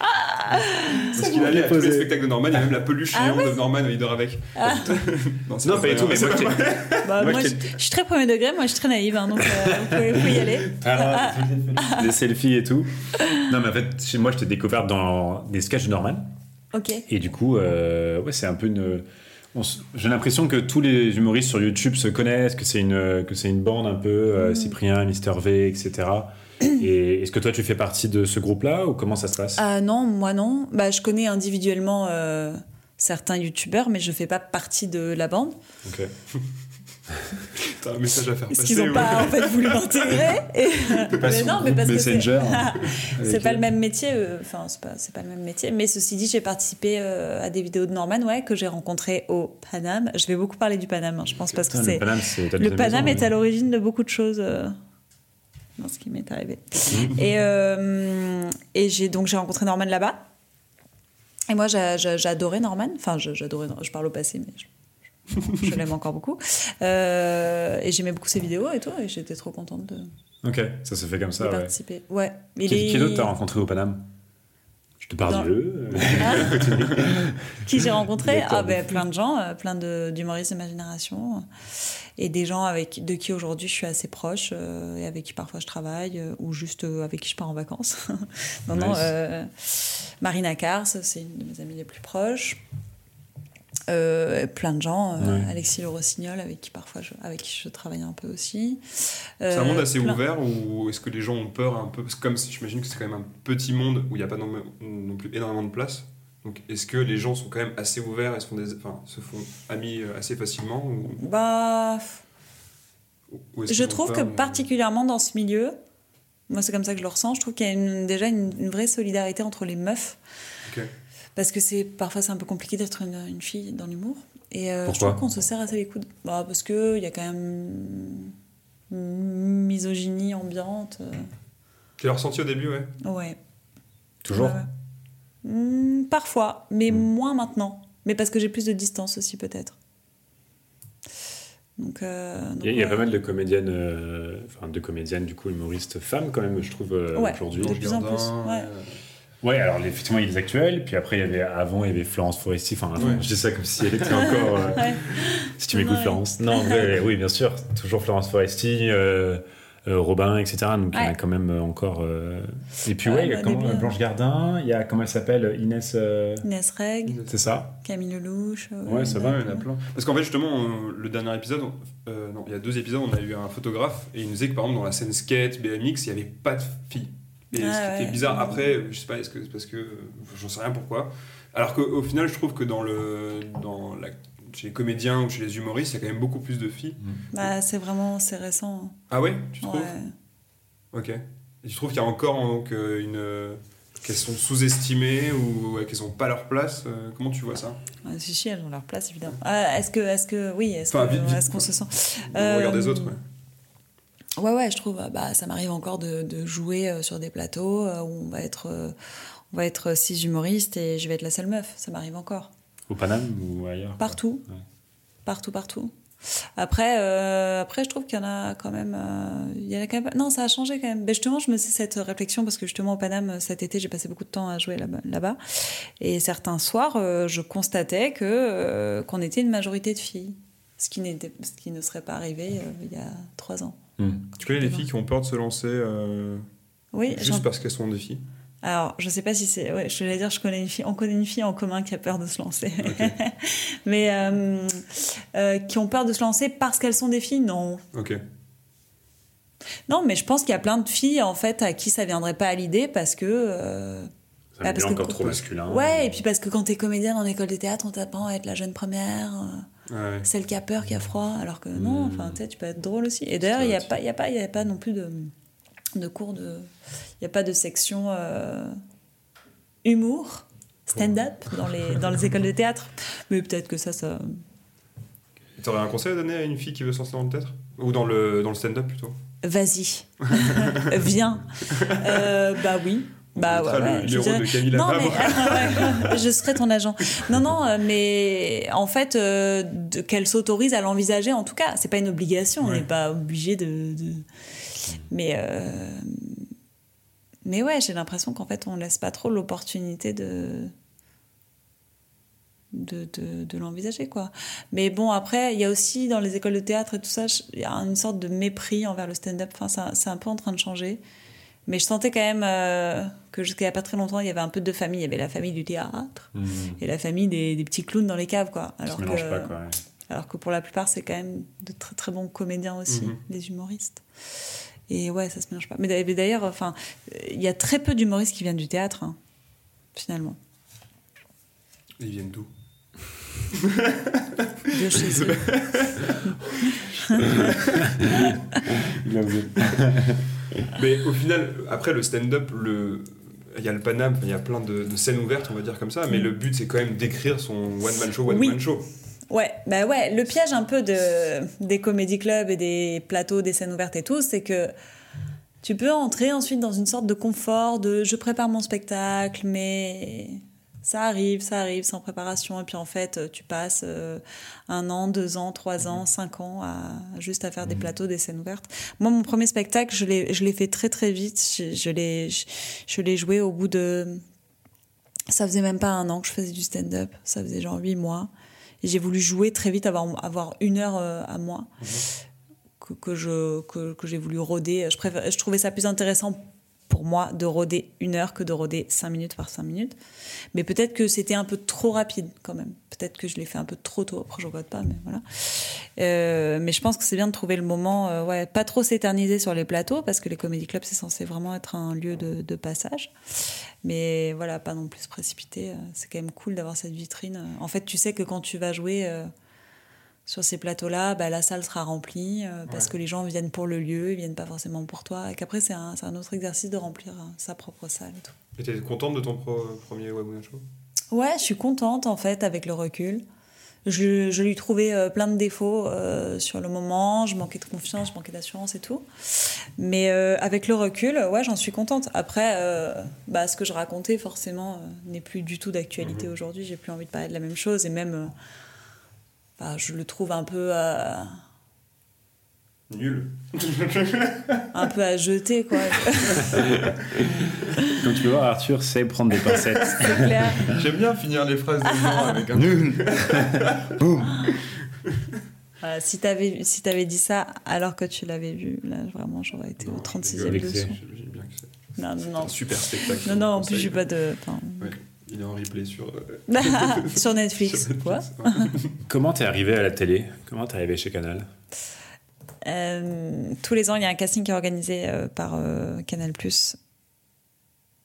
S3: Parce qu'il allait à tous
S2: Posé.
S3: les spectacles de Norman, il y a même la peluche
S1: Ah
S3: géante de Norman, il dort avec. non, c'est
S2: Non, pas du tout, mais
S3: vrai.
S2: moi, j'ai-
S1: bah,
S2: Moi,
S1: moi,
S2: je
S1: je, je suis très premier degré, moi je suis très naïve, hein, donc euh, vous pouvez- vous pouvez y aller.
S2: Ah, des selfies et tout. Non, mais en fait, chez moi, je t'ai découvert dans des sketchs de Norman.
S1: Ok.
S2: Et du coup, euh, ouais, c'est un peu une. on s- J'ai l'impression que tous les humoristes sur YouTube se connaissent, que c'est une, que c'est une bande un peu
S1: Mm.
S2: euh, Cyprien, Mister V, etc. Et est-ce que toi, tu fais partie de ce groupe-là ou comment ça se passe
S1: Ah non, moi non. Bah, je connais individuellement euh, certains youtubeurs, mais je fais pas partie de la bande.
S2: Ok.
S3: T'as un message à faire
S1: Parce
S3: passer.
S1: qu'ils n'ont
S3: ouais.
S1: pas euh, en fait voulu m'intégrer. Et, euh,
S2: Pas
S1: mais
S2: son
S1: non, mais
S2: groupe
S1: parce que c'est-
S2: Messenger. hein.
S1: c'est pas le même métier. euh, Enfin, c'est pas c'est pas le même métier. Mais ceci dit, j'ai participé euh, à des vidéos de Norman, ouais, que j'ai rencontré au Paname. Je vais beaucoup parler du Paname, hein, je pense, parce que
S2: Putain,
S1: c'est
S2: le Paname, c'est ta
S1: le
S2: deuxième
S1: Paname
S2: maison, hein.
S1: est à
S2: mais-
S1: l'origine de beaucoup de choses. euh, dans ce qui m'est arrivé.
S2: Mhm.
S1: et euh, et j'ai donc j'ai rencontré Norman là-bas. Et moi, j'a- j'a- j'adorais Norman. Enfin, je- j'adorais. Je parle au passé, mais je, je- je l'aime encore beaucoup. Euh, et j'aimais beaucoup ses vidéos et tout. Et j'étais trop contente de,
S2: Ok, ça se fait comme
S1: de
S2: ça. Ah Ouais.
S1: participer. Ouais.
S2: Qui,
S1: Il est-
S2: qui d'autre t'as rencontré au Paname Je te parle euh,
S1: Dans-
S2: Dieu.
S1: Hein Qui j'ai rencontré
S2: D'accord.
S1: Ah ben plein de gens, euh, plein de- d'humoristes de, ma génération euh, et des gens avec de qui aujourd'hui je suis assez proche euh, et avec qui parfois je travaille euh, ou juste euh, avec qui je pars en vacances. non non,
S2: Nice.
S1: euh, Marina Kars, c'est une de mes amies les plus proches. Euh, plein de gens, euh,
S2: Ouais.
S1: Alexis Le Rossignol avec qui parfois je, avec qui je travaille un peu aussi.
S3: C'est un
S1: Euh,
S3: monde assez
S1: plein-
S3: ouvert ou est-ce que les gens ont peur un peu Parce que comme c'est- j'imagine que c'est quand même un petit monde où il n'y a pas non, non plus énormément de place. Donc est-ce que les gens sont quand même assez ouverts et se font, des, enfin, se font amis euh, assez facilement ou,
S1: Bah
S3: ou est-ce
S1: Je
S3: qu'ils ont
S1: trouve que
S3: peur, ou-
S1: particulièrement dans ce milieu, moi c'est comme ça que je le ressens, je trouve qu'il y a une- déjà une, une vraie solidarité entre les meufs.
S3: Ok.
S1: Parce que c'est parfois c'est un peu compliqué d'être une, une fille dans l'humour. Et euh, je
S2: Pourquoi
S1: trouve qu'on se serre assez les coudes. Bah, parce qu'il y a quand même une misogynie ambiante. euh,
S3: Tu l'as ressenti au début, ouais.
S1: Ouais.
S2: Toujours Hmm.
S1: Ouais, ouais. Hmm, Parfois, mais moins maintenant. Mais parce que j'ai plus de distance aussi peut-être. Donc, euh, donc,
S2: Il y a, il y a
S1: ouais.
S2: pas mal de comédiennes, euh, enfin de comédiennes du coup humoristes femmes quand même, je trouve euh,
S1: Ouais.
S2: aujourd'hui.
S1: De plus en plus, ouais.
S3: euh,
S2: Ouais, alors effectivement il y a les actuels, puis après il y avait avant il y avait Florence Foresti, enfin avant,
S3: Ouais.
S2: je dis ça comme si elle était encore. euh,
S1: Ouais.
S2: si tu m'écoutes
S1: Ouais.
S2: Florence. Non, en vrai, oui bien sûr, toujours Florence Foresti, euh, euh, Robin, etc. Donc il y en a
S1: Ouais.
S2: quand même euh, encore. euh, Et puis
S1: Ah,
S2: ouais, il y a
S1: bah,
S2: comment-
S1: des biens.
S2: Blanche Gardin, il y a comment elle s'appelle Inès. euh,
S1: Inès Reg,
S2: C'est ça
S1: Camille Lelouch. euh,
S2: Ouais, ça va,
S3: Ouais, il y en a plein. Parce qu'en fait, justement, on- le dernier épisode, on- euh, non, il y a deux épisodes, on a eu un photographe et il nous disait que par exemple, dans la scène skate, BMX, il n'y avait pas de filles. Et
S1: Ah
S3: ce qui
S1: ouais.
S3: était bizarre après, euh, je sais pas, est-ce que c'est parce que. euh, J'en sais rien pourquoi. Alors qu'au final, je trouve que dans le, dans la, chez les comédiens ou chez les humoristes, il y a quand même beaucoup plus de filles.
S1: Bah, c'est vraiment c'est récent.
S3: Ah ouais Tu
S1: hein.
S3: trouves
S1: Ouais.
S3: Ok. Et tu trouves qu'il y a encore hein, donc, euh, une. euh, qu'elles sont sous-estimées ou ouais, qu'elles n'ont pas leur place euh, Comment tu vois ça
S1: Ouais, Ah, si, si, elles ont leur place, évidemment. Ah, est-ce que, est-ce que, oui, est-ce
S3: Enfin,
S1: que-
S3: vite, vite,
S1: est-ce qu'on
S3: quoi.
S1: se sent
S3: Dans
S1: Euh,
S3: le regard des autres, ouais.
S1: Ouais, ouais, je trouve. euh, Bah, ça m'arrive encore de, de jouer euh, sur des plateaux euh, où on va être, euh, on va être six humoristes et je vais être la seule meuf. Ça m'arrive encore.
S2: Au Paname ou ailleurs quoi.
S1: Partout.
S2: Ouais.
S1: Partout, partout. Après, euh, après, je trouve qu'il y en a quand même. euh, il y en a quand même pas- Non, ça a changé quand même. Mais justement, je me suis cette réflexion parce que justement, au Paname, cet été, j'ai passé beaucoup de temps à jouer là-bas. là-bas. et certains soirs, euh, je constatais que, euh, qu'on était une majorité de filles. Ce qui, n'était, ce qui ne serait pas arrivé euh, il y a trois ans.
S2: Hmm.
S1: Quand
S3: Tu connais les
S1: j'étais
S3: filles qui ont peur de se lancer euh,
S1: dans- Oui,
S3: juste
S1: j'en-
S3: parce qu'elles sont des filles
S1: Alors, je sais pas si c'est. Ouais, je voulais dire, je connais une fille. On connaît une fille en commun qui a peur de se lancer. Mais euh, euh, qui ont peur de se lancer parce qu'elles sont des filles Non.
S3: Ok.
S1: Non, mais je pense qu'il y a plein de filles en fait à qui ça viendrait pas à l'idée parce que euh,
S2: C'est un
S1: Ah, parce
S2: milieu
S1: que-
S2: encore trop masculin. hein.
S1: Ouais, et puis parce que quand t'es comédienne en école de théâtre, on t'apprend à être la jeune première, euh,
S3: Ouais.
S1: celle qui a peur, qui a froid, alors que non,
S2: Mm.
S3: Hmm.
S1: enfin, tu sais, tu peux être drôle aussi. Et d'ailleurs, il n'y a, pas- il y a, pas- il y a pas non plus de, de cours de. Il n'y a pas de section euh, humour, stand-up
S3: Oh.
S1: dans les, dans les écoles de théâtre. Mais peut-être que ça, ça.
S3: T'aurais un conseil à donner à une fille qui veut se lancer dans le théâtre Ou dans le, dans le stand-up plutôt
S1: Vas-y, viens. Euh, bah oui.
S3: On
S1: Bah ouais,
S3: mettra le
S1: ouais, je
S3: numéro
S1: dirais-
S3: de Camille
S1: Non,
S3: Lafabre.
S1: mais Ah, ouais, je serai ton agent. Non, non, euh, mais en fait, euh, de- qu'elle s'autorise à l'envisager, en tout cas, c'est pas une obligation, on
S3: Ouais.
S1: n'est pas obligé de. de- Mais. euh, Mais ouais, j'ai l'impression qu'en fait, on laisse pas trop l'opportunité de. De, de, de l'envisager quoi mais bon après il y a aussi dans les écoles de théâtre et tout ça je- il y a une sorte de mépris envers le stand-up enfin c'est un- c'est un peu en train de changer mais je sentais quand même euh, que jusqu'à il y a pas très longtemps, il y avait un peu de famille. Il y avait la famille du théâtre
S2: Mmh.
S1: et la famille des, des petits clowns dans les caves, quoi.
S2: Ça
S1: Alors
S2: se mélange
S1: que,
S2: pas, quoi. ouais.
S1: alors que pour la plupart, c'est quand même de très très bons comédiens aussi,
S3: Mhm.
S1: les humoristes. Et ouais, ça se mélange pas. Mais d'a- mais d'ailleurs, enfin, euh, il y a très peu d'humoristes qui viennent du théâtre, hein, finalement.
S3: Ils viennent d'où
S1: De chez eux.
S3: Mais au final, après le stand-up, le... il y a le Paname, enfin, il y a plein de, de scènes ouvertes, on va dire comme ça, mais le but c'est quand même d'écrire son one-man show, one-man
S1: Mm. Oui.
S3: show.
S1: Ouais, bah ouais, le piège un peu de, des comédie clubs et des plateaux, des scènes ouvertes et tout, c'est que tu peux entrer ensuite dans une sorte de confort de je prépare mon spectacle, mais ça arrive, ça arrive sans préparation. Et puis en fait, tu passes euh, un an, deux ans, trois ans, cinq ans à, juste à faire des plateaux, des scènes ouvertes. Moi, mon premier spectacle, je l'ai je l'ai fait très très vite. Je, je l'ai je- je l'ai joué au bout de. Ça faisait même pas un an que je faisais du stand-up. Ça faisait genre huit mois. Et J'ai voulu jouer très vite, avoir, avoir une heure euh, à moi que, que je que, que j'ai voulu rôder. Je, préfère, je trouvais ça plus intéressant pour moi de rôder une heure que de rôder cinq minutes par cinq minutes. Mais peut-être que c'était un peu trop rapide quand même. Peut-être que je l'ai fait un peu trop tôt. Après, je regarde pas, mais voilà. Euh, mais je pense que c'est bien de trouver le moment, euh, ouais, pas trop s'éterniser sur les plateaux parce que les comédie clubs c'est censé vraiment être un lieu de, de passage. Mais voilà, pas non plus se précipiter. euh, C'est quand même cool d'avoir cette vitrine. Euh, En fait, tu sais que quand tu vas jouer. euh, sur ces plateaux-là, bah, la salle sera remplie euh, parce
S3: Ouais.
S1: que les gens viennent pour le lieu, ils viennent pas forcément pour toi. Et qu'après, c'est un, c'est un autre exercice de remplir euh, sa propre salle et tout.
S3: Et t'es contente de ton pro- premier one-man show
S1: Ouais, je suis contente en fait avec le recul. Je, je lui trouvais euh, plein de défauts euh, sur le moment, je manquais de confiance, je manquais d'assurance et tout. Mais euh, avec le recul, ouais, j'en suis contente. Après, euh, bah, ce que je racontais forcément euh, n'est plus du tout d'actualité aujourd'hui, j'ai plus envie de parler de la même chose et même, euh, bah, je le trouve un peu, à-
S3: Nul.
S1: un peu à jeter quoi.
S2: Comme tu peux voir, Arthur sait prendre des pincettes.
S1: C'est clair.
S3: J'aime bien finir les phrases des gens avec un.
S1: Voilà, Euh, si t'avais si t'avais dit ça alors que tu l'avais vu, là vraiment j'aurais été au
S3: Non,
S1: 36e
S2: rigole,
S1: leçon.
S2: Alexis.
S3: J'imagine bien que c'est
S1: Non, non, non.
S3: un super spectacle.
S1: Non,
S3: je
S1: non,
S3: vous
S1: en plus,
S3: conseille.
S1: j'ai pas de. enfin,
S3: Ouais, Il est en replay sur. euh,
S1: sur Netflix.
S3: sur Netflix.
S1: Quoi
S3: Ouais.
S2: Comment t'es arrivé à la télé Comment t'es arrivé chez Canal
S1: Euh, tous les ans, il y a un casting qui est organisé euh, par euh, Canal.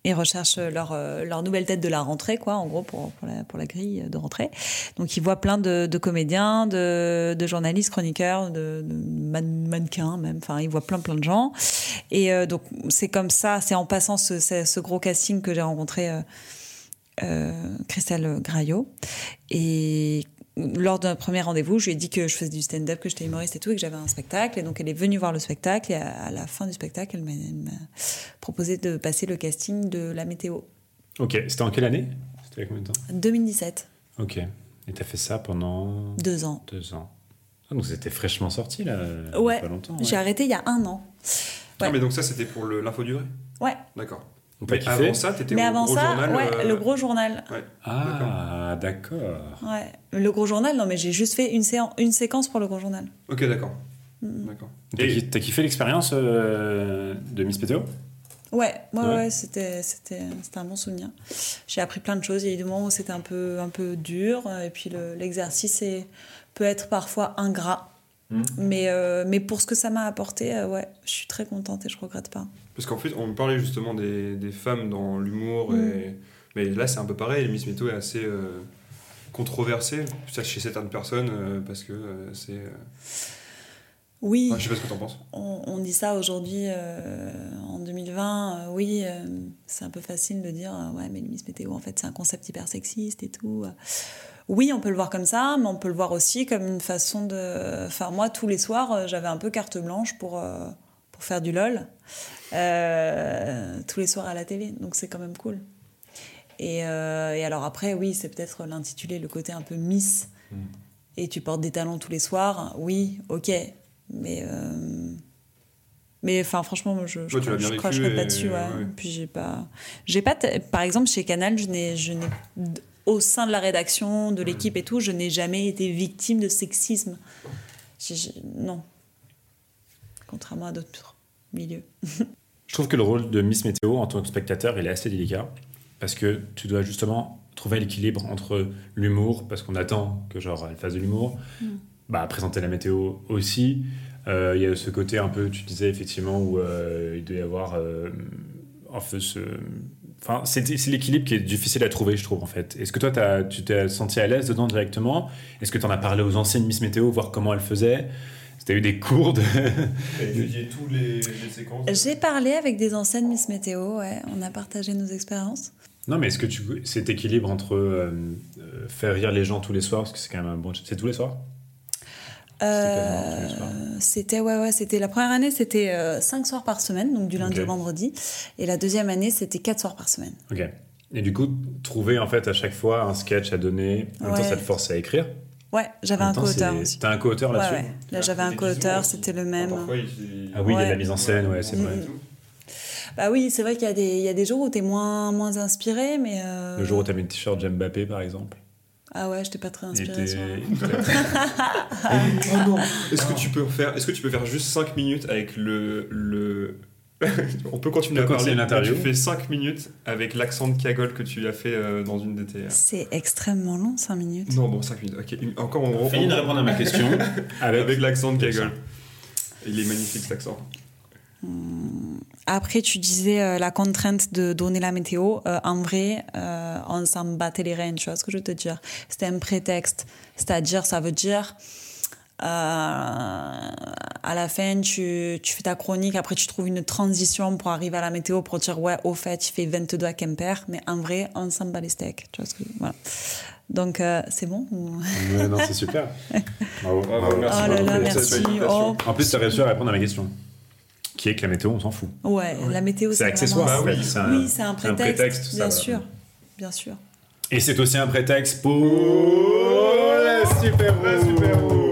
S1: Ils recherchent leur, euh, leur nouvelle tête de la rentrée, quoi, en gros, pour, pour, la, pour la grille de rentrée. Donc, ils voient plein de, de comédiens, de, de journalistes, chroniqueurs, de, de man- mannequins, même. Enfin, ils voient plein, plein de gens. Et euh, donc, c'est comme ça, c'est en passant ce, ce, ce gros casting que j'ai rencontré euh, euh, Christelle Graillot. Et lors d'un premier rendez-vous, je lui ai dit que je faisais du stand-up, que j'étais humoriste et tout, et que j'avais un spectacle. Et donc, elle est venue voir le spectacle. Et à, à la fin du spectacle, elle m'a elle m'a proposé de passer le casting de la météo.
S2: Ok, c'était en quelle année C'était il y a combien de temps
S1: 2017,
S2: Ok. Et t'as fait ça pendant
S1: deux ans.
S2: deux ans. Ah, donc c'était fraîchement sorti, là, il y a
S1: Ouais,
S2: pas longtemps.
S1: J'ai arrêté il y a un an.
S3: Ah, mais donc ça c'était pour le- l'info du vrai
S1: Ouais.
S3: D'accord.
S2: Donc t'as
S3: Mais
S2: kiffé
S3: avant ça, t'étais
S1: Mais
S3: au
S1: avant
S3: gros
S1: ça,
S3: journal.
S1: ouais,
S3: euh,
S1: le gros journal.
S3: ouais.
S2: Ah, d'accord.
S1: Ouais. Le gros journal, non, mais j'ai juste fait une, séan- une séquence pour le gros journal.
S3: Ok, d'accord.
S1: Mm.
S3: D'accord.
S2: T'as ki- t'as kiffé l'expérience euh, de Miss Pétéo
S1: Ouais, ouais,
S2: Ouais.
S1: ouais, c'était, c'était, c'était un bon souvenir. J'ai appris plein de choses. Il y a eu des moments où c'était un peu, un peu dur. euh, Et puis le- l'exercice est, peut être parfois ingrat.
S2: Mm.
S1: Mais, euh, mais pour ce que ça m'a apporté, euh, ouais, je suis très contente et je regrette pas.
S3: Parce qu'en fait, on parlait justement des, des femmes dans l'humour
S1: Mm.
S3: et Mais là, c'est un peu pareil. Miss Méto est assez euh, controversée ça, chez certaines personnes euh, parce que euh, c'est. euh,
S1: Oui.
S3: enfin, je sais pas ce que t'en penses.
S1: On, on dit ça aujourd'hui, euh, en 2020, euh, oui, euh, c'est un peu facile de dire, euh, ouais, mais le Miss Météo, en fait, c'est un concept hyper sexiste et tout. Euh, Oui, on peut le voir comme ça, mais on peut le voir aussi comme une façon de... Enfin, moi, tous les soirs, euh, j'avais un peu carte blanche pour, euh, pour faire du LOL, euh, tous les soirs à la télé, donc c'est quand même cool. Et, euh, et alors après, oui, c'est peut-être l'intitulé, le côté un peu Miss,
S3: Mm.
S1: et tu portes des talons tous les soirs, oui, ok, mais euh, mais enfin franchement moi, je je,
S3: Ouais, tu l'as bien
S1: je
S3: vécu
S1: cracherai
S3: et-
S1: pas dessus ouais.
S3: ouais.
S1: puis j'ai pas j'ai pas t- par exemple chez Canal je n'ai je n'ai d- au sein de la rédaction
S3: Mm.
S1: de l'équipe et tout je n'ai jamais été victime de sexisme J'ai- j'ai- non contrairement à d'autres milieux
S2: Je trouve que le rôle de Miss Météo en tant que spectateur, il est assez délicat parce que tu dois justement trouver l'équilibre entre l'humour, parce qu'on attend que genre elle fasse de l'humour, bah, présenter la météo aussi. Euh, Il y a ce côté un peu, tu disais effectivement, où euh, il doit y avoir euh, un peu ce... Enfin, c'est c'est l'équilibre qui est difficile à trouver, je trouve, en fait. Est-ce que toi, t'as- tu t'es senti à l'aise dedans directement Est-ce que tu en as parlé aux anciennes Miss Météo, voir comment elles faisaient Est-ce que t'as eu des cours de...
S3: T'as étudié tous les, les séquences.
S1: j'ai parlé avec des anciennes Miss Météo ouais, on a partagé nos expériences
S2: Non, mais est-ce que tu cet équilibre entre euh, euh, faire rire les gens tous les soirs, parce que c'est quand même un bon, c'est tous les soirs. quasiment tous les soirs.
S1: Euh, C'était ouais ouais c'était la première année c'était 5 soirs par semaine donc du lundi
S2: Ok.
S1: au vendredi et la deuxième année c'était 4 soirs par semaine.
S2: Ok. Et du coup, trouver en fait à chaque fois un sketch à donner. En même temps,
S1: Ouais.
S2: ça te force à écrire.
S1: Ouais j'avais
S2: En
S1: un
S2: même temps,
S1: co-auteur
S2: c'est-
S1: aussi.
S2: T'as un co-auteur
S1: Ouais,
S2: là-dessus.
S3: euh,
S1: ouais. Là j'avais un co-auteur c'était le même. hein.
S3: Parfois, il-
S2: Ah oui, il y a de la
S1: Ouais.
S2: mise en scène, ouais, c'est vrai.
S1: Mhm. Bah oui c'est vrai qu'il y a des il y a des jours où t'es moins moins inspiré mais euh,
S2: Le jour où t'as mis le t-shirt de Mbappé, par exemple.
S1: ah ouais j'étais pas très
S2: il
S1: inspiré.
S2: était-
S3: Oh non Est-ce que tu peux faire Est-ce que tu peux faire juste 5 minutes avec le le On peut continuer à
S2: D'accord,
S3: parler.
S2: c'est une interview.
S3: Tu fais 5 minutes avec l'accent de cagole que tu as fait euh, dans une de tes.
S1: C'est extrêmement long 5 minutes.
S3: Non bon 5 minutes. Ok une- encore on
S2: Fini de répondre à ma question. Avec,
S3: avec l'accent de
S2: Avec ça.
S3: cagole. Il est magnifique cet accent.
S1: Après tu disais euh, la contrainte de donner la météo euh, en vrai euh, on s'en battait les reins tu vois ce que je veux te dire c'était un prétexte c'est-à-dire ça veut dire Euh, à la fin, tu, tu fais ta chronique, après tu trouves une transition pour arriver à la météo pour dire ouais, au fait, il fait 22 à Quimper, mais en vrai, on s'en bat les steaks. Tu vois ce que- voilà. Donc, euh, c'est bon ou-
S2: Ouais, non, c'est super. Bravo,
S3: Bravo,
S2: bravo.
S3: merci
S1: Oh là
S3: beaucoup
S1: là,
S3: pour cette
S1: merci.
S3: validation.
S1: Oh.
S2: En plus, t'as réussi à répondre à ma question, qui est que la météo, on s'en fout.
S1: Ouais, la météo,
S2: C'est accessoire,
S1: vraiment-
S2: en fait. C'est un-
S1: oui, c'est un
S2: c'est un
S1: prétexte.
S2: prétexte, ça
S1: bien
S2: va.
S1: sûr. Bien sûr.
S2: Et c'est aussi un prétexte pour
S3: Oh,
S2: la super
S3: super-héros.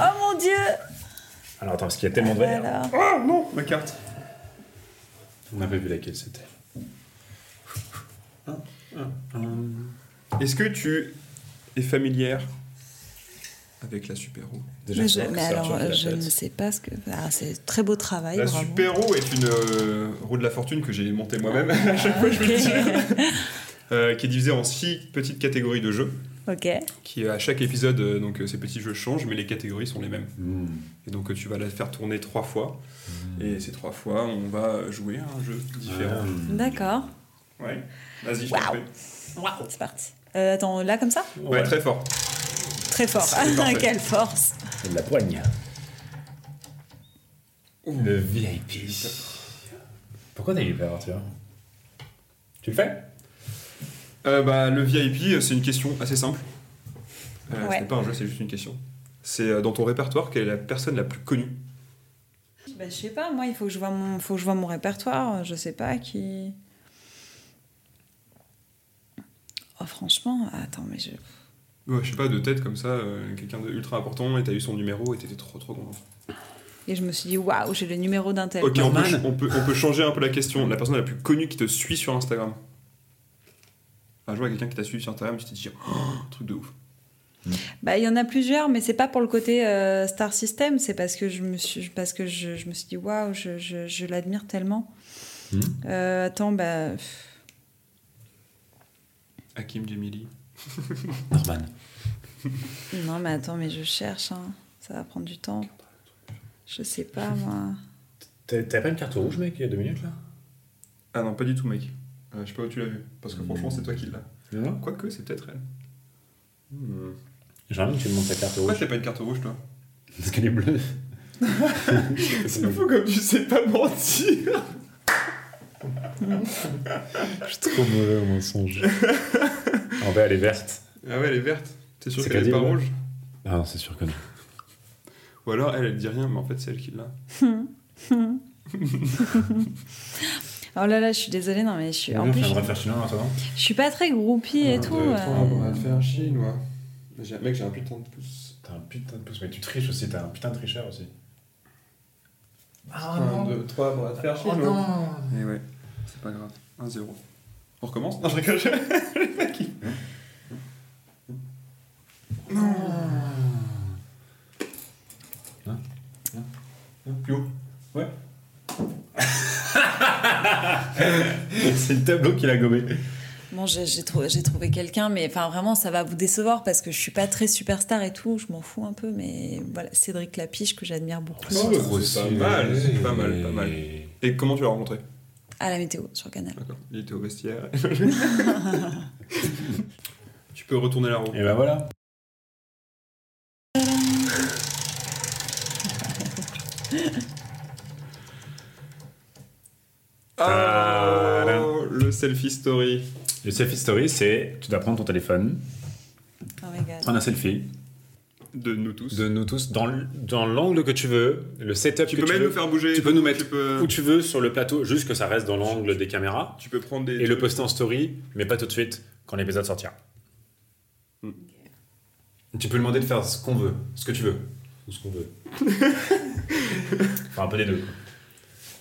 S1: Oh mon dieu
S2: Alors attends, parce qu'il y a tellement de verres.
S1: Voilà.
S3: Ah non ma carte.
S2: On avait vu laquelle c'était. Ah,
S3: Est-ce que tu es familière avec la super-héros
S2: Déjà,
S1: Mais,
S2: faut
S1: je-
S2: que
S1: mais
S2: ça
S1: alors,
S2: ressorte de la
S1: je
S2: tête.
S1: ne sais pas ce que. Ah, c'est très beau travail.
S3: La
S1: bravo.
S3: super-héros est une euh, roue de la fortune que j'ai montée moi-même.
S1: Ok.
S3: Euh, qui est divisé en six petites catégories de jeux,
S1: ok.
S3: qui euh, à chaque épisode, euh, donc euh, ces petits jeux changent, mais les catégories sont les mêmes.
S2: Mmh.
S3: Et donc euh, tu vas la faire tourner trois fois, et ces trois fois, on va jouer à un jeu différent.
S1: D'accord.
S3: Ouais, vas-y, je
S1: Waouh.
S3: t'en prie.
S1: Waouh, c'est parti. Euh, attends, là comme ça
S2: Ouais,
S3: Ouais, très fort.
S1: Très fort.
S3: C'est parfait.
S1: Quelle force.
S2: Et de la poigne. Le VIP. Pourquoi t'as eu peur, Arthur Tu le fais
S3: Euh, bah, le VIP, euh, c'est une question assez simple. Euh,
S1: Ouais.
S3: Ce n'est pas un jeu, c'est juste une question. C'est euh, dans ton répertoire, quelle est la personne la plus connue
S1: Bah, je sais pas, moi, il faut que je vois mon, faut que je vois mon répertoire. Je sais pas qui. Oh, franchement, attends, mais je.
S3: Ouais, Je sais pas, de tête comme ça, euh, quelqu'un de ultra important, et t'as eu son numéro, et t'étais trop trop content.
S1: Et je me suis dit, waouh, j'ai le numéro d'un tel.
S3: Ok, on peut,
S2: Norman.
S3: on, peut, on peut changer un peu la question. La personne la plus connue qui te suit sur Instagram. Un jour, il y a quelqu'un qui t'a suivi sur Instagram, tu t'es dit, oh, truc de ouf.
S1: Bah, il y en a plusieurs, mais c'est pas pour le côté euh, star system, c'est parce que je me suis, parce que je, je me suis dit, waouh, je, je- je l'admire tellement.
S2: Mhm.
S1: Euh, attends, bah. pff,
S3: Hakim Jemili.
S2: Norman.
S1: Non, mais attends, mais je cherche, hein. ça va prendre du temps. Je sais pas, moi.
S2: T'as pas une carte rouge, mec, il y a deux minutes là
S3: Ah non, pas du tout, mec. Euh, je sais pas où tu l'as vu, parce que franchement, c'est toi qui l'as.
S2: Non
S3: Quoique, c'est peut-être elle.
S2: J'ai envie que tu me montres ta carte
S3: Pourquoi
S2: rouge.
S3: t'as pas une carte rouge, toi
S2: Parce qu'elle est bleue.
S3: C'est fou comme tu sais pas mentir
S2: Je suis trop mauvais au mensonge. en vrai, elle est verte.
S3: Ah ouais, elle est verte. T'es sûr
S2: C'est
S3: qu'elle est
S2: Cadil,
S3: pas
S2: ouais.
S3: rouge
S2: Ah non, c'est sûr que non.
S3: Ou alors, elle, elle dit rien, mais en fait, c'est elle qui l'a.
S1: Oh là là, je suis désolée, non mais je suis. En plus, je,
S2: faire chinois, toi, non
S1: je suis pas très groupie et
S2: Un,
S1: tout.
S2: deux,
S1: euh.
S2: trois,
S3: on va te faire chinois. J'ai- Mec, j'ai un putain de pouce.
S2: T'as un putain de pouce, mais tu triches aussi, t'as un putain de tricheur aussi.
S4: Ah
S3: Un,
S4: non.
S3: deux, trois, on va te faire
S4: Oh
S3: chinois.
S4: non.
S3: Et Eh ouais, c'est pas grave. 1-0. On recommence Non, je rigole.
S2: Ah.
S3: Yo.
S2: c'est le tableau qui l'a gommé.
S1: Bon, j'ai j'ai trouvé, j'ai trouvé quelqu'un, mais enfin vraiment, ça va vous décevoir parce que je suis pas très superstar et tout. Je m'en fous un peu, mais voilà, Cédric Lapiche que j'admire beaucoup
S3: Oh, c'est pas mal, c'est pas mal, pas mal. Et comment tu l'as rencontré
S1: à la météo sur Canal.
S3: D'accord. Il était au vestiaire. tu peux retourner la roue.
S2: Et ben voilà.
S3: Ah,
S2: Tadam.
S3: le selfie story.
S2: Le selfie story, c'est tu dois prendre ton téléphone,
S1: Oh my god.
S2: prendre un selfie
S3: De nous tous.
S2: de nous tous dans l- dans l'angle que tu veux, le setup
S3: Tu
S2: que
S3: peux
S2: tu
S3: même
S2: veux,
S3: nous faire bouger.
S2: tu peux nous mettre
S3: Tu peux,
S2: où tu veux sur le plateau, juste que ça reste dans l'angle des caméras
S3: tu peux prendre des.
S2: et le poster en story, mais pas tout de suite quand l'épisode sortira.
S3: Hmm.
S2: Tu peux demander de faire ce qu'on veut, ce que tu veux ou ce qu'on veut. enfin un peu des deux. quoi.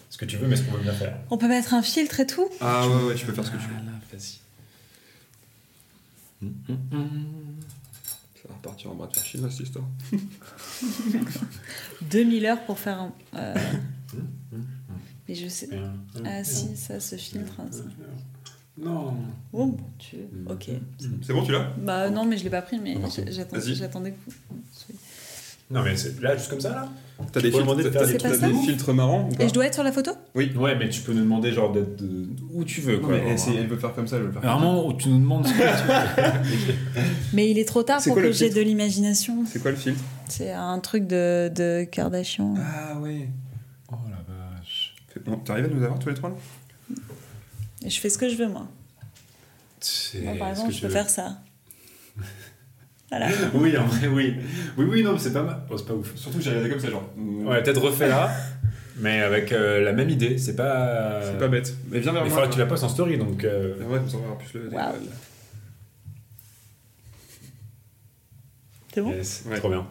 S2: Ce que tu veux, mais ce qu'on veut bien faire.
S1: On peut mettre un filtre et tout
S3: Ah ouais, ouais, tu peux faire ce que tu veux. Ça va repartir en bras de fer chinois cette histoire.
S1: 2000 heures pour faire un. euh, Mais je sais. Ah si, ça, ce filtre. hein, ça.
S2: Non.
S1: Bon, bon, tu veux. Ok.
S3: C'est bon, tu l'as
S1: Bah non, mais je l'ai pas pris, mais
S2: Ah,
S1: j'- j'attendais,
S3: Vas-y.
S1: j'attendais que vous.
S2: Non mais c'est là juste comme ça là.
S3: T'as
S2: Tu
S3: des
S2: peux demander de
S3: filtres, t'as
S2: faire
S1: des
S3: des,
S1: trucs.
S3: t'as
S1: C'est
S3: des
S1: pas ça
S3: filtres marrants ou pas
S1: Et je dois être sur la photo
S2: Ouais mais tu peux nous demander genre d'être de- où tu veux
S3: Non,
S2: quoi.
S3: mais
S2: genre,
S3: elle, c'est-
S2: hein.
S3: elle veut faire comme ça, je veux le faire. comme ça.
S2: Vraiment où tu nous demandes ce que tu veux.
S1: Mais il est trop tard
S3: C'est
S1: pour
S3: quoi
S1: que
S3: le
S1: j'ai
S3: filtre
S1: de l'imagination.
S3: C'est quoi le filtre
S1: C'est un truc de, de Kardashian.
S3: Ah ouais.
S2: oh la vache.
S3: Fais- bon, T'arrives à nous avoir tous les trois là
S1: Et je fais ce que je veux, moi.
S2: C'est
S1: Moi, par
S2: ce
S1: exemple,
S2: que
S1: je
S2: tu
S1: peux
S2: veux.
S1: faire ça. Voilà.
S2: Oui en vrai oui. Oui oui non mais c'est pas mal. Oh, c'est pas ouf.
S3: Surtout que j'ai regardé comme ça, genre.
S2: Ouais peut-être refait là, mais avec euh, la même idée. C'est pas.
S3: C'est pas hein. bête. Mais viens
S2: Mais
S3: vers
S2: il
S3: moi.
S2: faudra que euh, tu la postes en story donc. euh,
S3: Ah ouais, comme ça, on verra plus le.
S1: Waouh. C'est Ah bon
S2: yes,
S3: Ouais.
S2: Trop bien.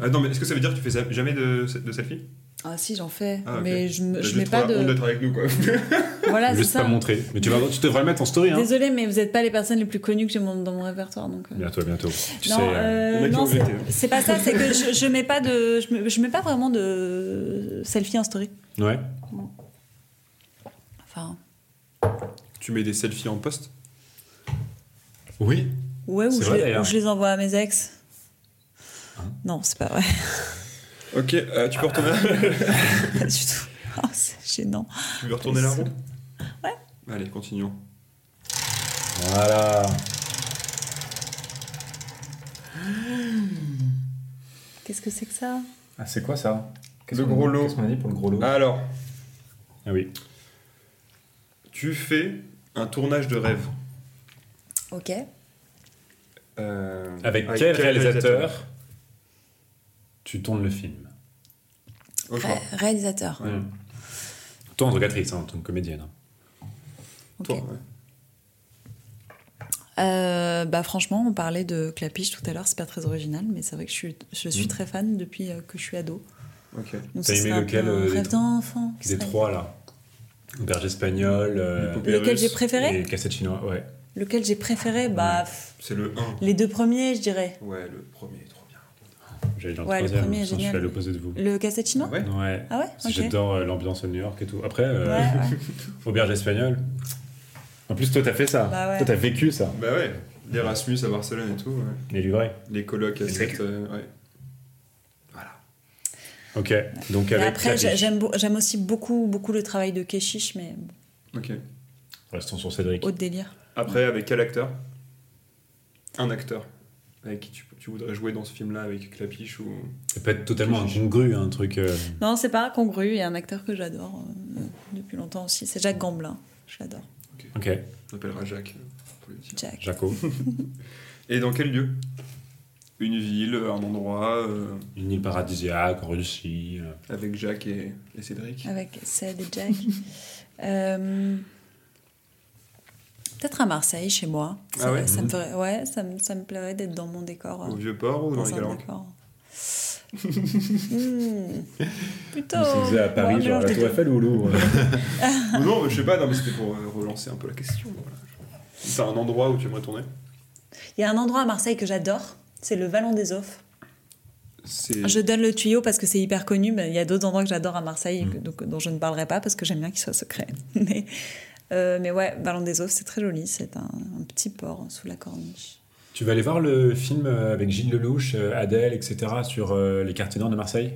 S3: Ah non, mais est-ce que ça veut dire que tu fais jamais de, de selfie
S1: Ah si, j'en fais.
S3: Ah, ok.
S1: Mais je, me-
S3: T'as
S1: je
S3: juste
S1: mets pas
S3: trop la honte
S1: de...
S3: d'être avec nous quoi.
S1: Voilà, Ah, c'est
S2: Juste
S1: ça.
S2: pas montrer. Mais tu, vas, tu devrais le mettre en story hein.
S1: Désolée, mais vous n'êtes pas les personnes les plus connues que j'ai mon- dans mon répertoire. Donc, euh.
S2: Bientôt bientôt. Tu
S1: non,
S2: sais. euh,
S1: euh,
S3: il y en a qui
S1: non,
S3: ont
S1: c'est-
S3: jeté, hein.
S1: c'est pas ça. C'est que je, je mets pas de, je mets, je mets pas vraiment de selfie en story.
S2: Ouais.
S1: Enfin,
S3: tu mets des selfies en poste
S2: Oui.
S1: ouais, ou
S2: C'est
S1: je,
S2: vrai,
S1: les-
S2: d'ailleurs. Ah.
S1: ou je les envoie à mes ex. Non, c'est pas vrai.
S3: Ok, euh, tu peux retourner,
S1: pas du tout. Oh, c'est gênant.
S3: tu veux retourner la roue
S1: Ouais.
S3: Allez, continuons.
S2: Voilà.
S1: Qu'est-ce que c'est que ça
S2: Ah, c'est quoi ça
S3: Qu'est-ce Le qu'on- gros lot.
S2: Qu'est-ce
S3: qu'est-ce
S2: qu'on a dit pour le gros lot
S3: Alors,
S2: Ah oui.
S3: tu fais un tournage de rêve.
S1: Ok.
S3: Euh,
S2: Avec, quel réalisateur, tu tournes le film
S3: Au choix.
S1: Ré- réalisateur.
S3: Ouais.
S2: Mm. Toi, en tant qu'actrice, hein, en tant que comédienne. hein.
S1: Ok.
S3: Toi, ouais.
S1: Euh, bah franchement, on parlait de Clapiche tout à l'heure, c'est pas très original, mais c'est vrai que je suis, je suis
S2: Mhm.
S1: très fan depuis euh, que je suis ado.
S3: Ok.
S1: Donc
S2: T'as
S1: ce
S2: aimé
S1: serait un
S2: lequel,
S1: peu un
S2: euh, des
S1: rêve
S2: trois
S1: d'enfant qui
S2: Des
S1: serait-
S2: trois, là. Berge espagnol, euh,
S3: Les
S1: poupées Lequel j'ai
S2: russes
S1: préféré
S2: Et Hmm. cassette chinois, ouais.
S1: Lequel j'ai préféré Bah pff,
S3: C'est le 1.
S1: les deux premiers, je dirais.
S3: Ouais, le premier est trop bien.
S2: J'allais dans
S1: Ouais, le
S2: le troisième,
S1: premier est
S2: putain, je suis
S1: génial.
S2: à l'opposé de vous.
S1: Le cassette chinois
S3: Ouais.
S2: Ouais.
S1: Ah ouais
S2: Parce que
S1: Ok.
S2: J'adore euh, l'ambiance de New York et tout. Après,
S1: Ouais,
S2: euh,
S1: ouais.
S2: auberge espagnole. En plus, toi, t'as fait ça.
S1: Bah ouais.
S2: Toi, t'as vécu ça.
S3: Bah ouais, l'Erasmus à Barcelone et tout. ouais.
S2: Mais du vrai.
S3: Les colocs à
S2: Les
S3: cette.
S2: trucs.
S3: euh, ouais. Voilà.
S2: Ok. Donc,
S1: Et
S2: avec.
S1: après,
S2: Clapiche.
S1: j'ai- j'aime beau- j'aime aussi beaucoup, beaucoup le travail de Keshish, mais
S3: Ok.
S2: Restons sur Cédric.
S1: Haut de délire.
S3: Après, avec quel acteur Un acteur. Avec qui tu, tu voudrais jouer dans ce film-là avec Clapiche ou.
S2: Ça peut être totalement incongru, un truc. euh,
S1: Non, c'est pas congru. Il y a un acteur que j'adore euh, depuis longtemps aussi. C'est Jacques Gamblin. Je l'adore.
S2: Ok,
S3: On appellera Jacques. euh, pour le dire.
S1: Jacques.
S2: Jaco.
S3: Et dans quel lieu Une ville, un endroit, euh,
S2: Une île paradisiaque en Russie. euh.
S3: avec Jacques et, et Cédric.
S1: Avec Ced et Jack. Euh, Peut-être à Marseille, chez moi. Ça,
S3: Ah ouais
S1: ça me ferait- ouais, ça me, ça me plairait d'être dans mon décor. euh,
S3: Au vieux port ou dans,
S1: dans
S3: les
S1: un
S3: Calanques
S1: décor. Mmh. Hmm. Plutôt.
S2: Comme c'est à
S1: Ouais,
S2: Paris, genre
S1: mélange
S2: la
S1: des
S2: Tour
S1: deux.
S2: Eiffel ou Louvre
S3: Ou Non, je sais pas, non, mais c'était pour euh, relancer un peu la question. voilà. T'as un endroit où tu aimerais tourner
S1: Il y a un endroit à Marseille que j'adore, c'est le Vallon des Offres.
S3: C'est
S1: Ah, Je donne le tuyau parce que c'est hyper connu, mais il y a d'autres endroits que j'adore à Marseille
S2: Mm.
S1: et que- donc, dont je ne parlerai pas parce que j'aime bien qu'ils soient secrets. Mais, euh, mais ouais, Vallon des Offres, c'est très joli, c'est un, un petit port sous la corniche.
S2: Tu vas aller voir le film euh, avec Gilles Lelouch, euh, Adèle, etc. sur euh, les quartiers nord de Marseille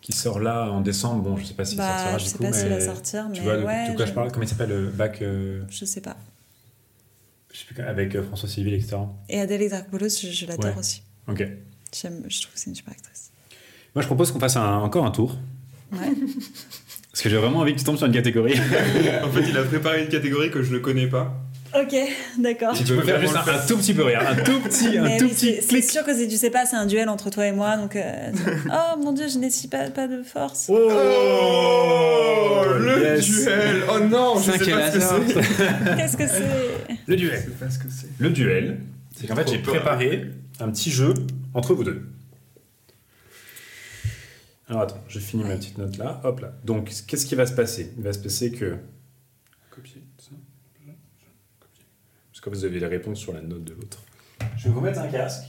S2: qui sort là en décembre. Bon, je sais pas s'il
S1: Bah,
S2: sortira
S1: je
S2: du
S1: sais
S2: coup,
S1: pas
S2: mais
S1: s'il va sortir,
S2: tu
S1: mais
S2: vois de,
S1: ouais,
S2: de quoi
S1: je-
S2: je parle Comment il s'appelle le bac euh,
S1: Je sais pas.
S2: Je sais plus quoi, avec euh, François Civil, etc.
S1: Et Adèle Exarchopoulos, je, je l'adore
S2: Ouais.
S1: aussi.
S2: Ok.
S1: J'aime- je trouve que c'est une super actrice.
S2: Moi, je propose qu'on fasse un- encore un tour
S1: Ouais.
S2: parce que j'ai vraiment envie que tu tombes sur une catégorie.
S3: En fait, il a préparé une catégorie que je ne connais pas.
S1: ok, d'accord.
S2: tu peux faire juste un, un tout petit peu rire, un tout petit, un
S1: Mais
S2: tout
S1: oui,
S2: petit
S1: c'est- c'est
S2: clic.
S1: sûr que si tu sais pas, c'est un duel entre toi et moi. Donc, euh, oh mon dieu, je n'ai pas, pas de force.
S2: Oh,
S3: Oh, le
S2: yes.
S3: duel Oh non, je sais
S2: Cinquième
S3: pas ce que
S2: hasard.
S3: c'est.
S1: Qu'est-ce que c'est
S2: Le
S3: Je
S2: duel.
S3: sais pas ce que c'est.
S2: Le duel, c'est qu'en fait, j'ai préparé un petit jeu entre vous deux. Alors attends, je finis ma petite note là. Hop là. Donc, qu'est-ce qui va se passer Il va se passer que.
S3: Copier, ça.
S2: Parce que vous avez les réponses sur la note de l'autre. Je vais vous mettre un casque.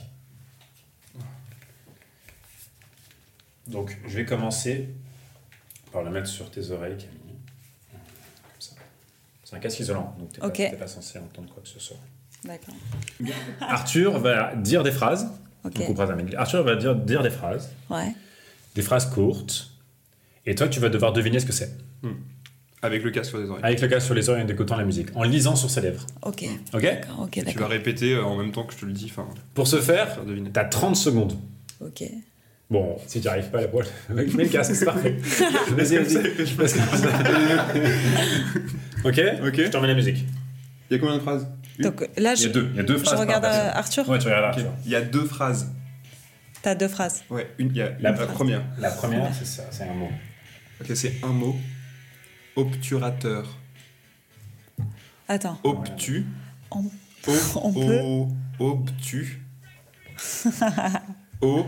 S2: Donc, je vais commencer par le mettre sur tes oreilles, Camille. Comme ça. C'est un casque isolant, donc t'es pas-
S1: Ok.
S2: t'es pas censé entendre quoi que ce soit.
S1: D'accord.
S2: Arthur va dire des phrases.
S1: Ok.
S2: On coupera ça, mais Arthur va dire, dire des phrases,
S1: Ouais.
S2: des phrases courtes. Et toi, tu vas devoir deviner ce que c'est,
S3: Avec le casque sur les oreilles.
S2: avec le casque sur les oreilles et en écoutant la musique, en lisant sur ses lèvres.
S1: Ok.
S2: Ok
S1: D'accord. Ok,
S3: tu vas
S1: d'accord.
S3: répéter euh, en même temps que je te le dis. Enfin,
S2: Pour ce faire,
S3: faire deviner.
S2: t'as 30 secondes.
S1: Ok.
S2: Bon, si tu arrives pas à la prochaine, mets le casque, c'est parfait. Vas-y, vas-y. Je passe comme ça. ok
S3: Ok.
S2: Je t'en mets la musique.
S3: Il y a combien de phrases Une
S1: Donc là,
S2: Il y
S1: je,
S2: a deux, il y a deux
S1: je
S2: phrases.
S1: regarde
S2: par
S1: euh,
S2: personne.
S1: Arthur.
S2: Ouais, tu regardes
S3: Ok.
S2: Arthur.
S3: Il y a deux phrases.
S1: T'as deux phrases.
S3: Ouais, une, il y a
S2: La
S3: la, première.
S2: La première, c'est ça, c'est un mot.
S3: Ok, c'est un mot. Obturateur.
S2: Oh.
S1: Attends.
S3: Obtu.
S1: On-
S3: O,
S1: On peut.
S3: o, obtu. o,
S2: Oh.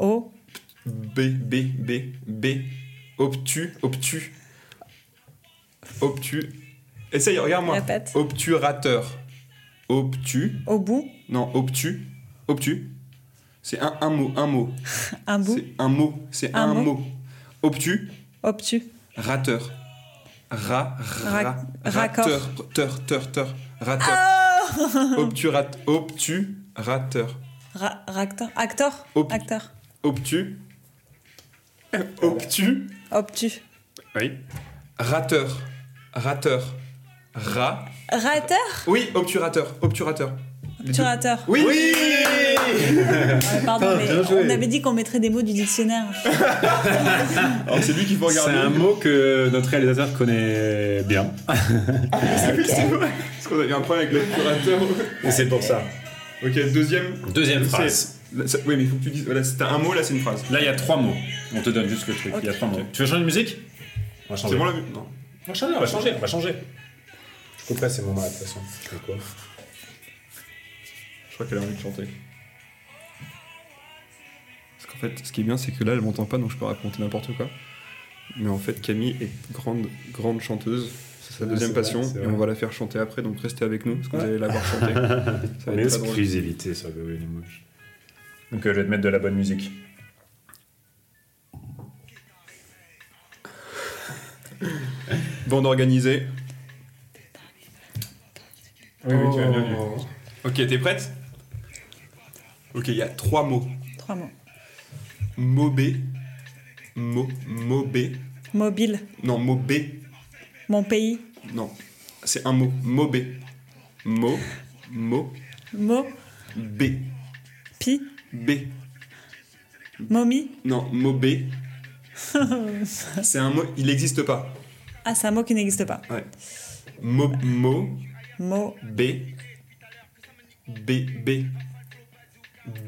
S1: O.
S3: B, B, B, B. Obtu, obtu. Obtu. Essaye, regarde-moi.
S1: Répète.
S3: Obturateur. Obtu.
S1: Au bout.
S3: Non, obtu. Obtu. C'est un, un mot, un mot.
S1: Un bout.
S3: C'est un mot. C'est
S1: Un
S3: un,
S1: mot.
S3: mot. Obtu.
S1: Obtus.
S3: Rateur. Ra, ra,
S1: Ra- raccord. Oh.
S3: rateur, teur, teur, teur, rateur. Obturat, obtu, rateur.
S1: Ra- racteur. Acteur.
S3: Ob-
S1: Acteur.
S3: Obtu. Obtu.
S1: Obtus.
S3: Oui. Rateur. Rateur. Ra.
S1: Rateur.
S3: Oui, obturateur. Obturateur. Les deux.
S1: Obturateur.
S3: Oui,
S1: Ouais, pardon, mais
S2: bien joué.
S1: on avait dit qu'on mettrait des mots du dictionnaire.
S3: Alors c'est lui qu'il faut
S2: C'est
S3: regarder.
S2: un mot que notre réalisateur connaît bien.
S3: Parce qu'on avait un problème avec l'obturateur.
S2: Et c'est pour ça.
S3: ok, deuxième.
S2: Deuxième
S3: C'est-
S2: phrase.
S3: Là, ça- Oui, mais il faut que tu dises. Voilà, c'est un mot, là c'est une phrase.
S2: Là, il y a trois mots. On te donne juste le truc. Il y a trois mots. Tu veux changer de musique On va
S3: C'est
S2: changer.
S3: bon la musique Non.
S2: On va changer, on va changer, on va changer. Je couperai ces moments-là, de toute façon. quoi
S3: Je crois qu'elle a envie de chanter. Parce qu'en fait, ce qui est bien, c'est que là, elle m'entend pas, donc je peux raconter n'importe quoi. Mais en fait, Camille est grande, grande chanteuse. C'est sa
S2: Ouais,
S3: deuxième
S2: c'est vrai,
S3: passion,
S2: c'est
S3: et
S2: vrai.
S3: on va la faire chanter après, donc restez avec nous, parce que
S2: Ouais.
S3: vous allez la voir chanter. Ça va
S2: Mais
S3: être très drôle.
S2: exclusivité sur Google Emoji. Donc, euh, je vais te mettre de la bonne musique.
S3: Bande organisée.
S2: Oui, oui, tu vas bien, du
S3: Oh. Ok, t'es prête Ok, il y a trois mots.
S1: Trois mots.
S3: Mobé. Mo, mobé.
S1: Mobile.
S3: Non, mobé.
S1: Mon pays.
S3: Non. C'est un mot. Mobé. Mo. Mo.
S1: Mo,
S3: B.
S1: pi,
S3: B.
S1: momie.
S3: Non, mobé. C'est un mot. Il n'existe pas.
S1: Ah, c'est un mot qui n'existe pas.
S3: Ouais. Mo. Mo.
S1: Mo,
S3: B. B. B.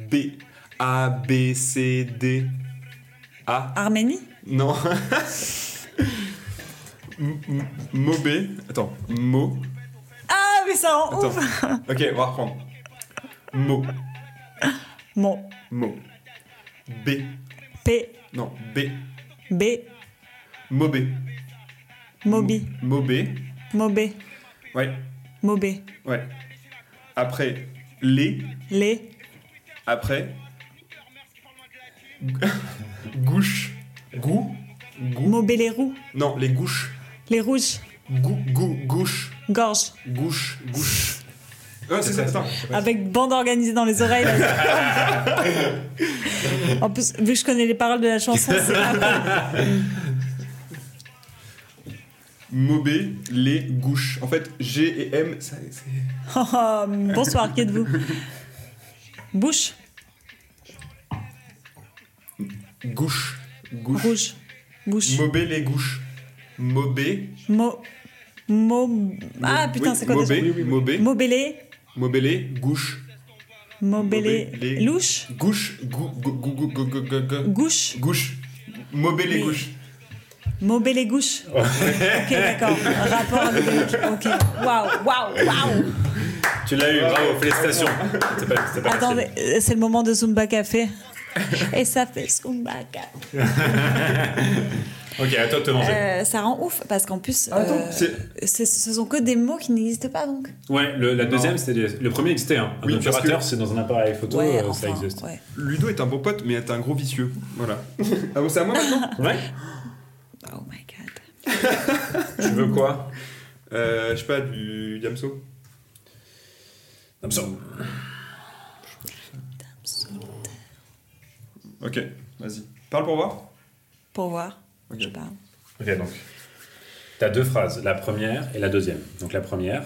S3: B. A. B. C. D. A.
S1: Arménie
S3: Non. M- m- Mobé. Attends. Mo.
S1: Ah, mais ça rend
S3: Attends.
S1: ouf
S3: Ok, on va reprendre. Mo.
S1: Mo,
S3: Mo. B.
S1: P,
S3: Non, B.
S1: B,
S3: Mobé.
S1: Mobi,
S3: Mobé.
S1: Mobé,
S3: Ouais,
S1: Mobé,
S3: ouais. Après, les.
S1: les,
S3: Après. Gouche. Goût. Goût.
S1: Mobé les roues,
S3: Non, les gouches.
S1: les rouges,
S3: Goût, goût, gouche.
S1: gorge.
S3: Gouche, gouche. Ah, c'est ça, attends.
S1: Avec bande organisée dans les oreilles. là, c'est- en plus, vu que je connais les paroles de la chanson, c'est incroyable.
S3: Mobé, les gouches. En fait, G et M, ça, c'est.
S1: Oh, Bonsoir, qui êtes-vous Bouche,
S3: Gouche. Gouche.
S1: rouge, bouche.
S3: Mobé, les gouches. Mobé.
S1: Mo. Mo. Ah putain,
S3: oui,
S1: c'est quoi
S3: Mobé,
S1: déjà
S3: Mobé.
S1: Mobélé.
S3: Mobélé, gouche.
S1: Mobélé.
S3: Mobélé.
S1: Louche.
S3: Gouche, gou, gou, gou, gou, gou, gou, gou, gou.
S1: Gouche.
S3: Gouche. Mobélé,
S1: Oui.
S3: gouche.
S1: Mobélé gouche. ok, d'accord. Rapport avec le look. Ok. Waouh, waouh, waouh.
S2: Tu l'as eu, bravo, félicitations. C'était pas, c'était pas facile.
S1: Attendez, euh, c'est le moment de Zumba Café. Et ça fait Zumba Café.
S2: Ok, à toi de te manger.
S1: Euh, ça rend ouf parce qu'en plus,
S3: Attends,
S1: euh,
S3: c'est-
S1: c'est- ce sont que des mots qui n'existent pas donc.
S2: Ouais, le, la deuxième, c'était le premier existait. Hein. Un
S3: Oui, parce
S2: obturateur,
S3: que-
S2: c'est dans un appareil photo,
S1: Ouais,
S2: euh,
S1: enfin,
S2: ça existe.
S1: ouais.
S3: Ludo est un bon pote, mais est un gros vicieux. Voilà. ah bon, c'est à moi maintenant
S2: Ouais.
S1: Oh my god.
S2: Tu veux quoi
S3: euh, Je sais pas, du Yamso.
S2: Absolument.
S3: Ok, vas-y. Parle pour voir.
S1: Pour voir.
S3: Ok.
S1: Je parle.
S2: Ok, donc. T'as deux phrases, la première et la deuxième. Donc la première.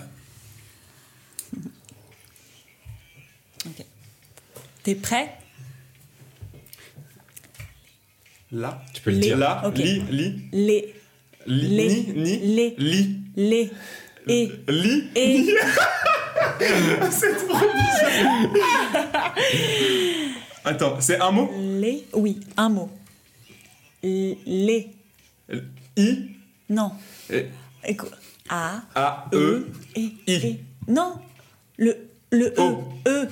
S1: Ok. T'es prêt
S3: Là.
S2: Tu peux le
S1: Les-
S2: dire.
S3: Là.
S1: Ok.
S3: Li, li,
S1: Les.
S3: li,
S1: Les.
S3: ni, ni,
S1: Les.
S3: li,
S1: Les. Et.
S3: li.
S1: Et.
S3: C'est trop bizarre. Attends, c'est un mot
S1: Les. Oui, un mot. L- Les.
S3: I,
S1: Non.
S3: eh,
S1: Écoute. A.
S3: A,
S1: E.
S3: E,
S1: E.
S3: I.
S1: E. Non. Le. Le E.
S3: O.
S1: E.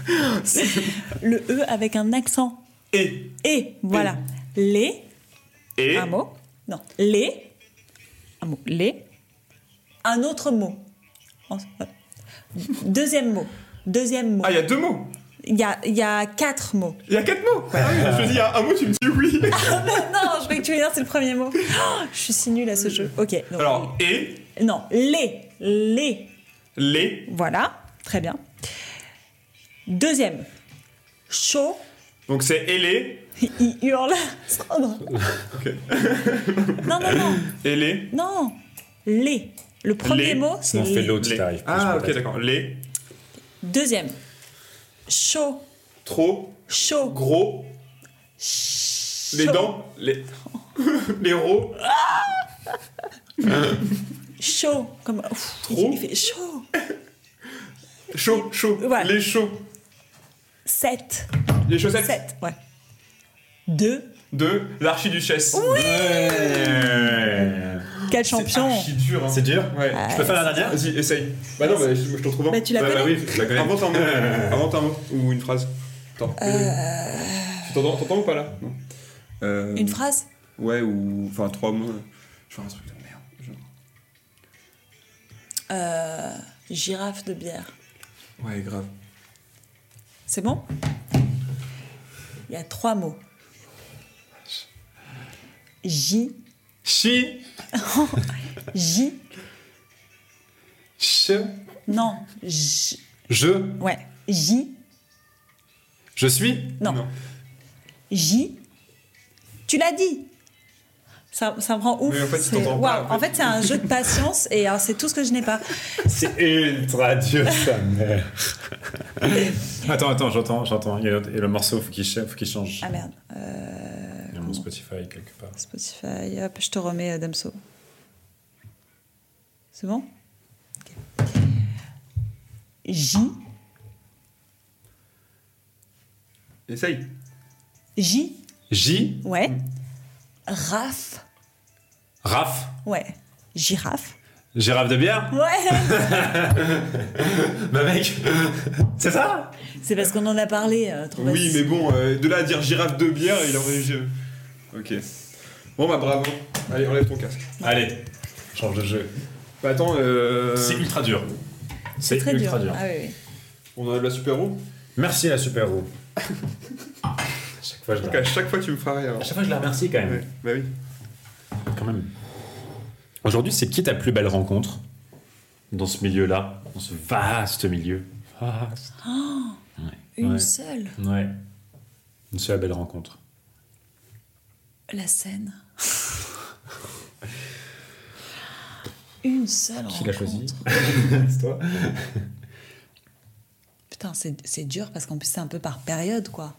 S1: le E avec un accent.
S3: E.
S1: Et. Voilà. Les.
S3: Et.
S1: Un mot. Non. Les. Un mot. Les. Un autre mot. En- Deuxième mot. Deuxième mot.
S3: Ah, il y a deux mots
S1: Il y a, il y a quatre mots.
S3: Il y a quatre mots Ah oui, Je te dis, il y a un mot, tu me dis oui
S1: non, je croyais que tu veux dire c'est le premier mot. Oh, je suis si nulle à ce jeu. Ok. donc-
S3: Alors, et,
S1: Non, les. Les.
S3: les,
S1: Voilà. Très bien. Deuxième. Chaud.
S3: donc c'est et les,
S1: Il hurle. Oh non. non, non, non.
S3: et les,
S1: Non. Les. Le premier
S3: Les.
S1: mot, c'est
S2: Sinon, fais
S1: les.
S2: l'autre si
S3: les.
S2: t'arrives.
S3: Ah,
S2: plus,
S3: ok,
S2: peut-être.
S3: d'accord. Les,
S1: Deuxième. Chaud.
S3: trop,
S1: Chaud.
S3: gros, les
S1: Chaud.
S3: dents, les, les rots,
S1: Chaud. Comme... Ouf, il-
S3: Trop.
S1: Il fait chaud.
S3: chaud, chaud,
S1: Ouais.
S3: les chauds,
S1: Sept.
S3: les chaussettes
S1: Sept. Ouais. Deux.
S3: de l'archiduchesse.
S2: Ouais.
S1: Quel
S3: C'est
S1: champion.
S3: archi dur, hein.
S2: C'est dur
S3: Ouais.
S2: Je peux faire la dernière
S3: Vas-y, essaye. Bah non, bah, je, je te retrouve un.
S1: Bah, tu la connais.
S2: oui, je la connais.
S3: Invente un mot. Invente un mot. Ou une phrase. Attends. Tu t'entends, t'entends ou pas là Non. Euh,
S1: Euh. Une phrase
S3: Ouais, ou. Enfin, trois mots. euh, Genre un truc de merde. genre.
S1: Euh, Girafe de bière.
S3: Ouais, grave.
S1: C'est bon Il y a trois mots. J.
S3: Chi.
S1: J.
S3: Che.
S1: Non. J.
S2: Je.
S1: Ouais. J.
S2: Je suis.
S1: Non. J. Tu l'as dit Ça, ça me rend ouf.
S3: Mais en fait, tu
S1: c'est-
S3: t'entends pas,
S1: waouh.
S3: en
S1: En fait, c'est un jeu de patience et alors, c'est tout ce que je n'ai pas.
S2: C'est ultra dur, sa mère. attends, attends, j'entends, j'entends. Il y a il y a le morceau, faut qu'il cha- faut qu'il change.
S1: Ah merde. Euh,
S2: Il y a mon Spotify quelque part.
S1: Spotify, hop, je te remets euh, Damso. C'est bon Ok. J.
S3: Essaye.
S1: J.
S2: J,
S1: Ouais. Raf.
S2: Raph,
S1: Ouais. Girafe.
S2: girafe de bière.
S1: Ouais.
S2: Bah mec, c'est ça
S1: C'est parce qu'on en a parlé. euh, trop
S3: Oui,
S1: facile.
S3: mais bon, euh, de là à dire girafe de bière, il en est vieux. Ok. Bon, bah bravo. Allez, enlève ton casque.
S2: Allez, change de jeu.
S3: Bah attends, euh,
S2: C'est ultra dur.
S1: c'est très dur. Ah oui, oui.
S3: on a de la super roue
S2: Merci la super roue. à chaque fois, je
S3: Donc
S2: la...
S3: à chaque fois, tu me feras rire.
S2: à chaque fois, je la remercie quand même.
S3: Ouais, bah oui.
S2: Quand même. Aujourd'hui, c'est qui ta plus belle rencontre dans ce milieu-là, dans ce vaste milieu Vaste.
S1: Une
S2: Ouais.
S1: seule.
S2: Ouais. Une seule belle rencontre.
S1: La scène. Une seule.
S2: Qui l'a
S1: rencontre.
S2: choisi C'est toi
S1: Putain, c'est c'est dur parce qu'en plus, c'est un peu par période, quoi.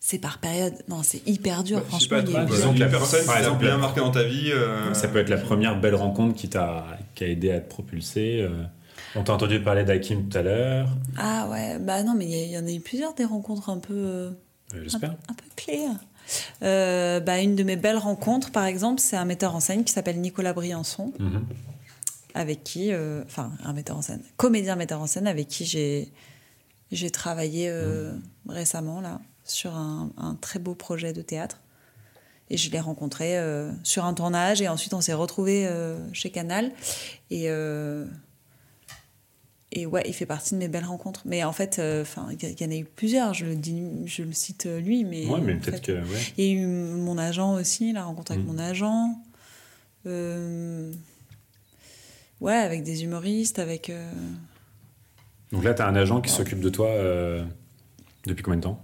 S1: C'est par période. Non, c'est hyper dur,
S3: Bah, je sais
S1: franchement.
S3: pas,
S1: il y a eu-
S2: toi,
S3: disons que la
S2: Par
S3: personne qui t'a
S2: exemple,
S3: bien
S2: la-
S3: marqué dans ta vie. euh,
S2: Ça peut être la première belle rencontre qui t'a qui a aidé à te propulser. euh. On t'a entendu parler d'Hakim tout à l'heure,
S1: Ah ouais, bah non, mais il y a- il y, en a eu plusieurs des rencontres un peu. euh,
S2: euh,
S1: un, peu-
S2: j'espère.
S1: un peu clés. Euh, bah, une de mes belles rencontres, par exemple, c'est un metteur en scène qui s'appelle Nicolas Briançon.
S2: Mhm.
S1: avec qui, euh, enfin un metteur en scène, comédien metteur en scène avec qui j'ai j'ai travaillé euh,
S2: Mmh.
S1: récemment là sur un, un très beau projet de théâtre et je l'ai rencontré euh, sur un tournage et ensuite on s'est retrouvé chez Canal et euh, et ouais, il fait partie de mes belles rencontres. Mais en fait, euh, enfin, il y en a eu plusieurs. Je le dis, je le cite euh, lui, mais
S2: Ouais, mais
S1: en
S2: peut-être
S1: fait,
S2: que. ouais.
S1: il y a eu mon agent aussi, la rencontre avec
S2: Mm.
S1: mon agent. Euh, Ouais, avec des humoristes, avec. euh,
S2: Donc là, t'as un agent qui s'occupe de toi euh, depuis combien de temps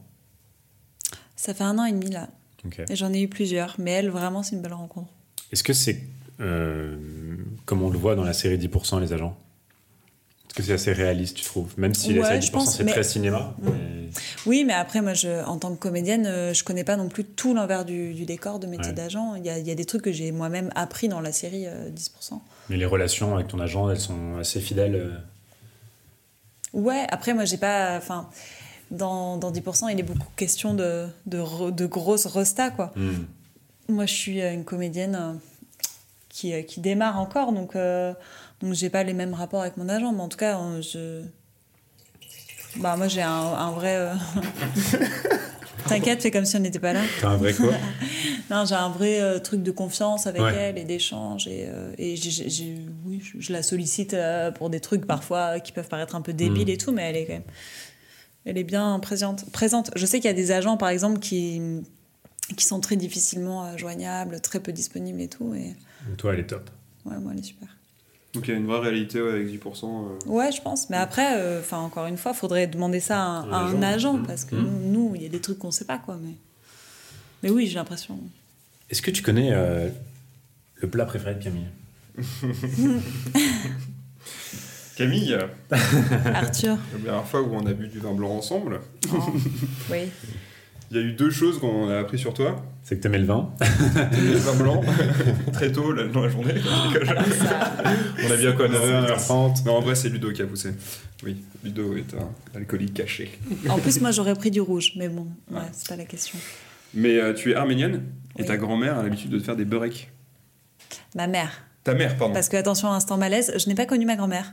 S1: Ça fait un an et demi là.
S2: Ok.
S1: Et j'en ai eu plusieurs. Mais elle, vraiment, c'est une belle rencontre.
S2: Est-ce que c'est euh, comme on le voit dans la série 10% les agents Est-ce que c'est assez réaliste, tu trouves Même si
S1: Ouais,
S2: la
S1: je
S2: série 10%
S1: pense,
S2: c'est
S1: mais-
S2: très cinéma.
S1: Mm.
S2: mais-
S1: Oui, mais après, moi, je, en tant que comédienne, euh, je connais pas non plus tout l'envers du, du décor de métier
S2: Ouais.
S1: d'agent. Il y a, il y a des trucs que j'ai moi-même appris dans la série euh, 10%.
S2: Mais les relations avec ton agent, elles sont assez fidèles. euh.
S1: Ouais, après, moi, j'ai pas. Enfin, dans, dans 10%, il est beaucoup question de, de, re- de grosses restas, quoi.
S2: Mm.
S1: Moi, je suis euh, une comédienne euh, qui, euh, qui démarre encore, donc, euh, donc j'ai pas les mêmes rapports avec mon agent, mais en tout cas, euh, je. Bah, moi, j'ai un, un vrai. euh, T'inquiète, fais comme si on n'était pas là.
S2: T'as un vrai quoi
S1: Non, j'ai un vrai euh, truc de confiance avec
S2: Ouais.
S1: elle et d'échange. Et, euh, et j'ai- j'ai- j'ai- oui, je, je la sollicite euh, pour des trucs parfois euh, qui peuvent paraître un peu débiles
S2: Mhm.
S1: et tout, mais elle est quand même. Elle est bien présente. présente. Je sais qu'il y a des agents, par exemple, qui, qui sont très difficilement euh, joignables, très peu disponibles et tout. Et
S2: Toi, elle est top.
S1: ouais, moi, elle est super.
S3: Donc il y a une vraie réalité ouais, avec 10%. euh,
S1: Ouais, je pense. Mais après, euh, enfin, encore une fois, faudrait demander ça à un, à
S2: Un
S1: un
S2: agent.
S1: agent,
S2: Mhm.
S1: parce que
S2: Mhm.
S1: nous, nous, il y a des trucs qu'on sait pas, quoi. Mais, mais oui, j'ai l'impression.
S2: Est-ce que tu connais euh, le plat préféré de Camille
S3: Camille, euh,
S1: Arthur,
S3: la dernière fois où on a bu du vin blanc ensemble,
S1: oh, oui.
S3: il y a eu deux choses qu'on a appris sur toi.
S2: C'est que t'aimais le vin.
S3: Le vin blanc, très tôt là, dans la journée. Je rigole. on a bien quoi
S2: 9h30.
S3: Euh, Non, en vrai, c'est Ludo qui a poussé. Oui, Ludo est un alcoolique caché.
S1: En plus, moi, j'aurais pris du rouge, mais bon, ouais,
S3: Ouais.
S1: c'est pas la question.
S3: Mais euh, tu es arménienne et
S1: Oui.
S3: ta grand-mère a l'habitude de te faire des beureks.
S1: Ma mère.
S3: Ta mère, pardon.
S1: Parce que, attention, instant malaise, je n'ai pas connu ma grand-mère.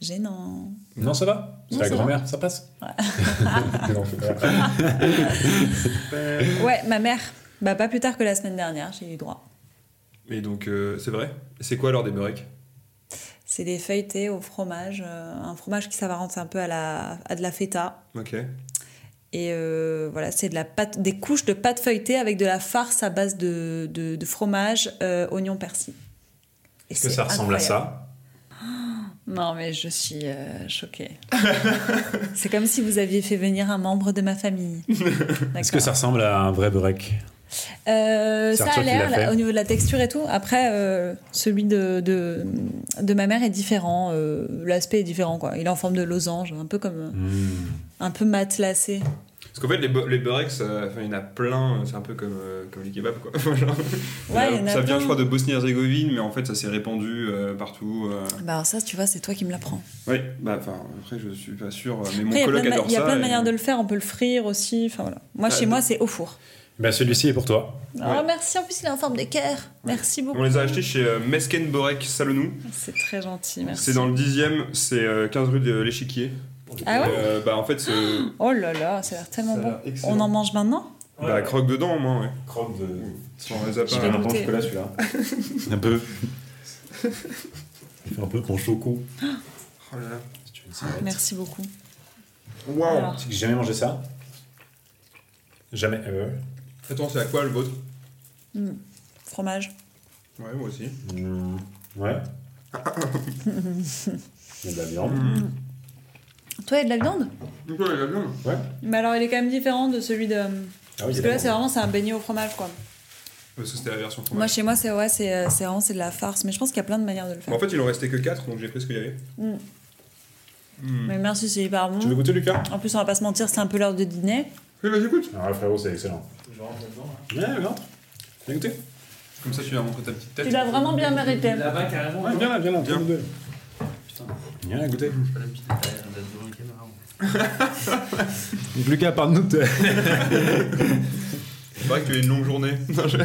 S1: Gênant.
S2: Non, ça va C'est
S1: Non,
S2: la
S1: ça
S2: grand-mère, ça passe Non, c'est pas vrai.
S1: Ouais, ma mère. Bah, pas plus tard que la semaine dernière, j'ai eu droit.
S3: Et donc, euh, c'est vrai. C'est quoi alors des beureks
S1: C'est des feuilletés au fromage, euh, un fromage qui s'apparente un peu à, la, à de la feta.
S3: Ok.
S1: Et euh, voilà, c'est de la pâte, des couches de pâte feuilletée avec de la farce à base de, de, de fromage, euh, oignon, persil. Et
S2: Est-ce que
S1: c'est
S2: ça ressemble à
S1: incroyable.
S2: ça
S1: Non, mais je suis euh, choquée. c'est comme si vous aviez fait venir un membre de ma famille.
S2: Est-ce que ça ressemble à un vrai burek
S1: Euh,
S2: C'est
S1: ça a
S2: Arthur qui l'a
S1: l'air,
S2: fait.
S1: là, au niveau de la texture et tout. Après, euh, celui de, de, de ma mère est différent. euh, L'aspect est différent, quoi. Il est en forme de losange, un peu comme
S2: Hmm.
S1: un peu matelassé.
S3: Parce qu'en fait, les, bo- les Borex, euh, enfin, il y en a plein, euh, c'est un peu comme, euh, comme les kebabs, quoi. Genre,
S1: Ouais, il y en a
S3: ça vient,
S1: plein.
S3: je crois, de Bosnie-Herzégovine, mais en fait, ça s'est répandu euh, partout. euh.
S1: Bah alors ça, tu vois, c'est toi qui me l'apprends.
S3: Oui, bah, enfin, après, je suis pas sûr, euh, mais mon
S1: Après, il y a plein
S3: coloc
S1: de, ma-
S3: adore
S1: il y a
S3: ça,
S1: plein de
S3: et-
S1: manières de le faire. On peut le frire aussi. Enfin voilà. Moi,
S3: Ah,
S1: chez
S3: de-
S1: moi, c'est au four.
S2: Bah, celui-ci est pour toi.
S1: Oh,
S3: Ouais.
S1: merci. En plus, il est en forme d'équerre. Merci beaucoup.
S3: On les a achetés chez euh, Mesken Borek Salonou.
S1: C'est très gentil. Merci.
S3: C'est dans le 10ème, c'est euh, 15 rue de l'Échiquier.
S1: Ah ouais
S3: Et, euh, Bah, en fait, c'est.
S1: Oh là là, ça a l'air tellement
S3: Ça a
S1: bon.
S3: l'air excellent.
S1: On en mange maintenant
S3: Bah, croque dedans, au moins, ouais.
S2: Croque de.
S3: Si on les a
S1: Je
S3: pas.
S1: vais goûter.
S2: celui-là. un peu. Il fait un peu mon choco.
S3: Oh là là.
S2: Si tu veux une cigarette.
S1: Merci beaucoup.
S3: Waouh
S1: Alors.
S2: Tu sais que j'ai jamais mangé ça Jamais ever.
S3: Attends, c'est à quoi le vôtre
S1: Fromage.
S3: Ouais, moi aussi.
S2: Mm. Ouais. bah, Il y a de la viande.
S1: Toi, il y a de la viande
S3: Du coup, il a bien.
S2: Ouais.
S1: Mais alors, il est quand même différent de celui de.
S2: Ah oui, il
S1: Parce que
S2: y a de la
S1: là, c'est
S2: viande.
S1: vraiment c'est un beignet au fromage, quoi.
S3: Parce que c'était la version
S1: Moi,
S3: fromage.
S1: chez moi, c'est ouais, c'est euh, c'est vraiment c'est de la farce. Mais je pense qu'il y a plein de manières de le
S3: Bon,
S1: faire.
S3: en fait, il en restait que 4, donc j'ai pris ce qu'il y avait.
S1: Mm.
S3: Mm.
S1: Mais merci, c'est hyper
S2: Tu veux
S1: bon.
S2: goûter, Lucas
S1: En plus, on va pas se mentir, c'est un peu l'heure de dîner.
S3: Oui, vas-y, écoute.
S2: Ah, frérot, c'est excellent.
S4: Je rentre dedans. hein.
S2: Ouais, rentre. Viens goûter.
S3: Comme ça, tu vas montrer ta petite tête.
S1: Tu l'as vraiment bien mérité.
S4: Là-bas, carrément.
S2: Ouais, viens là, viens là,
S3: Viens.
S2: viens deux.
S4: Putain,
S2: Viens là, goûter.
S4: je fais la petite taille hein, d'être devant la caméra. ouais.
S2: Donc, Lucas, parle-nous de.
S3: C'est vrai que tu as eu une longue journée. Non, je-
S4: On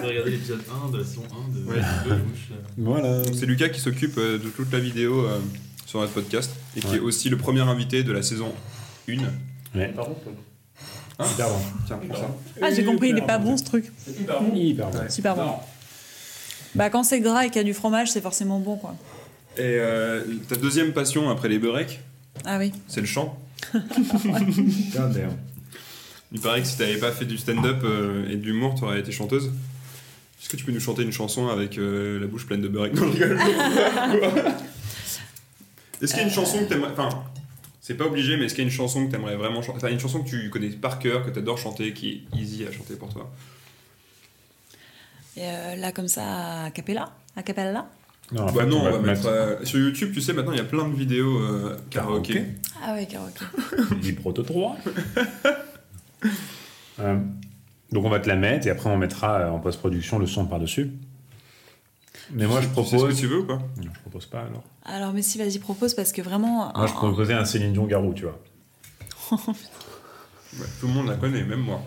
S4: peut regarder l'épisode 1 de la saison 1 de
S3: Ouais.
S4: de euh. Louche, là.
S2: Voilà.
S3: Donc, C'est Lucas qui s'occupe euh, de toute la vidéo euh, sur notre podcast et qui
S2: Ouais.
S3: est aussi le premier invité de la saison 1.
S2: Ouais.
S4: Par contre,
S3: Hein
S2: Hyper Ah, bon.
S3: Tiens, prends ça.
S1: Ah, j'ai compris, il est pas bon ce truc.
S4: c'est hyper bon.
S2: Hyper bon.
S1: Super bon.
S4: Non.
S1: Bah, quand c'est gras et qu'il y a du fromage, c'est forcément bon, quoi.
S3: Et euh, ta deuxième passion après les beureks,
S1: Ah oui.
S3: c'est le chant.
S2: Putain, merde.
S3: Il paraît que si t'avais pas fait du stand-up euh, et de l'humour, t'aurais été chanteuse. Est-ce que tu peux nous chanter une chanson avec euh, la bouche pleine de beurre Non, je rigole. est-ce qu'il y a une chanson que t'aimerais. Enfin, c'est pas obligé, mais est-ce qu'il y a une chanson que t'aimerais vraiment chanter Enfin, une chanson que tu connais par cœur, que t'adores chanter, qui est easy à chanter pour toi
S1: Et euh, là, comme ça, à capella. À capella.
S2: Non, en
S3: Bah
S2: fait,
S3: non, on va
S2: te
S3: mettre. euh, sur YouTube, tu sais, maintenant, il y a plein de vidéos euh, karaoké.
S2: Karaoké.
S1: Ah oui, karaoké.
S2: Du proto 3. Euh, donc on va te la mettre et après on mettra euh, en post-production le son par-dessus. Mais moi je
S3: Tu sais ce
S2: propose.
S3: que tu veux ou pas
S2: Non, je propose pas alors.
S1: Alors, mais si, vas-y, propose parce que vraiment.
S3: Ah,
S2: Moi Ah, je
S1: un-
S2: proposais un Céline Dion Garou, tu vois.
S3: Ouais, Tout le monde la connaît, même moi.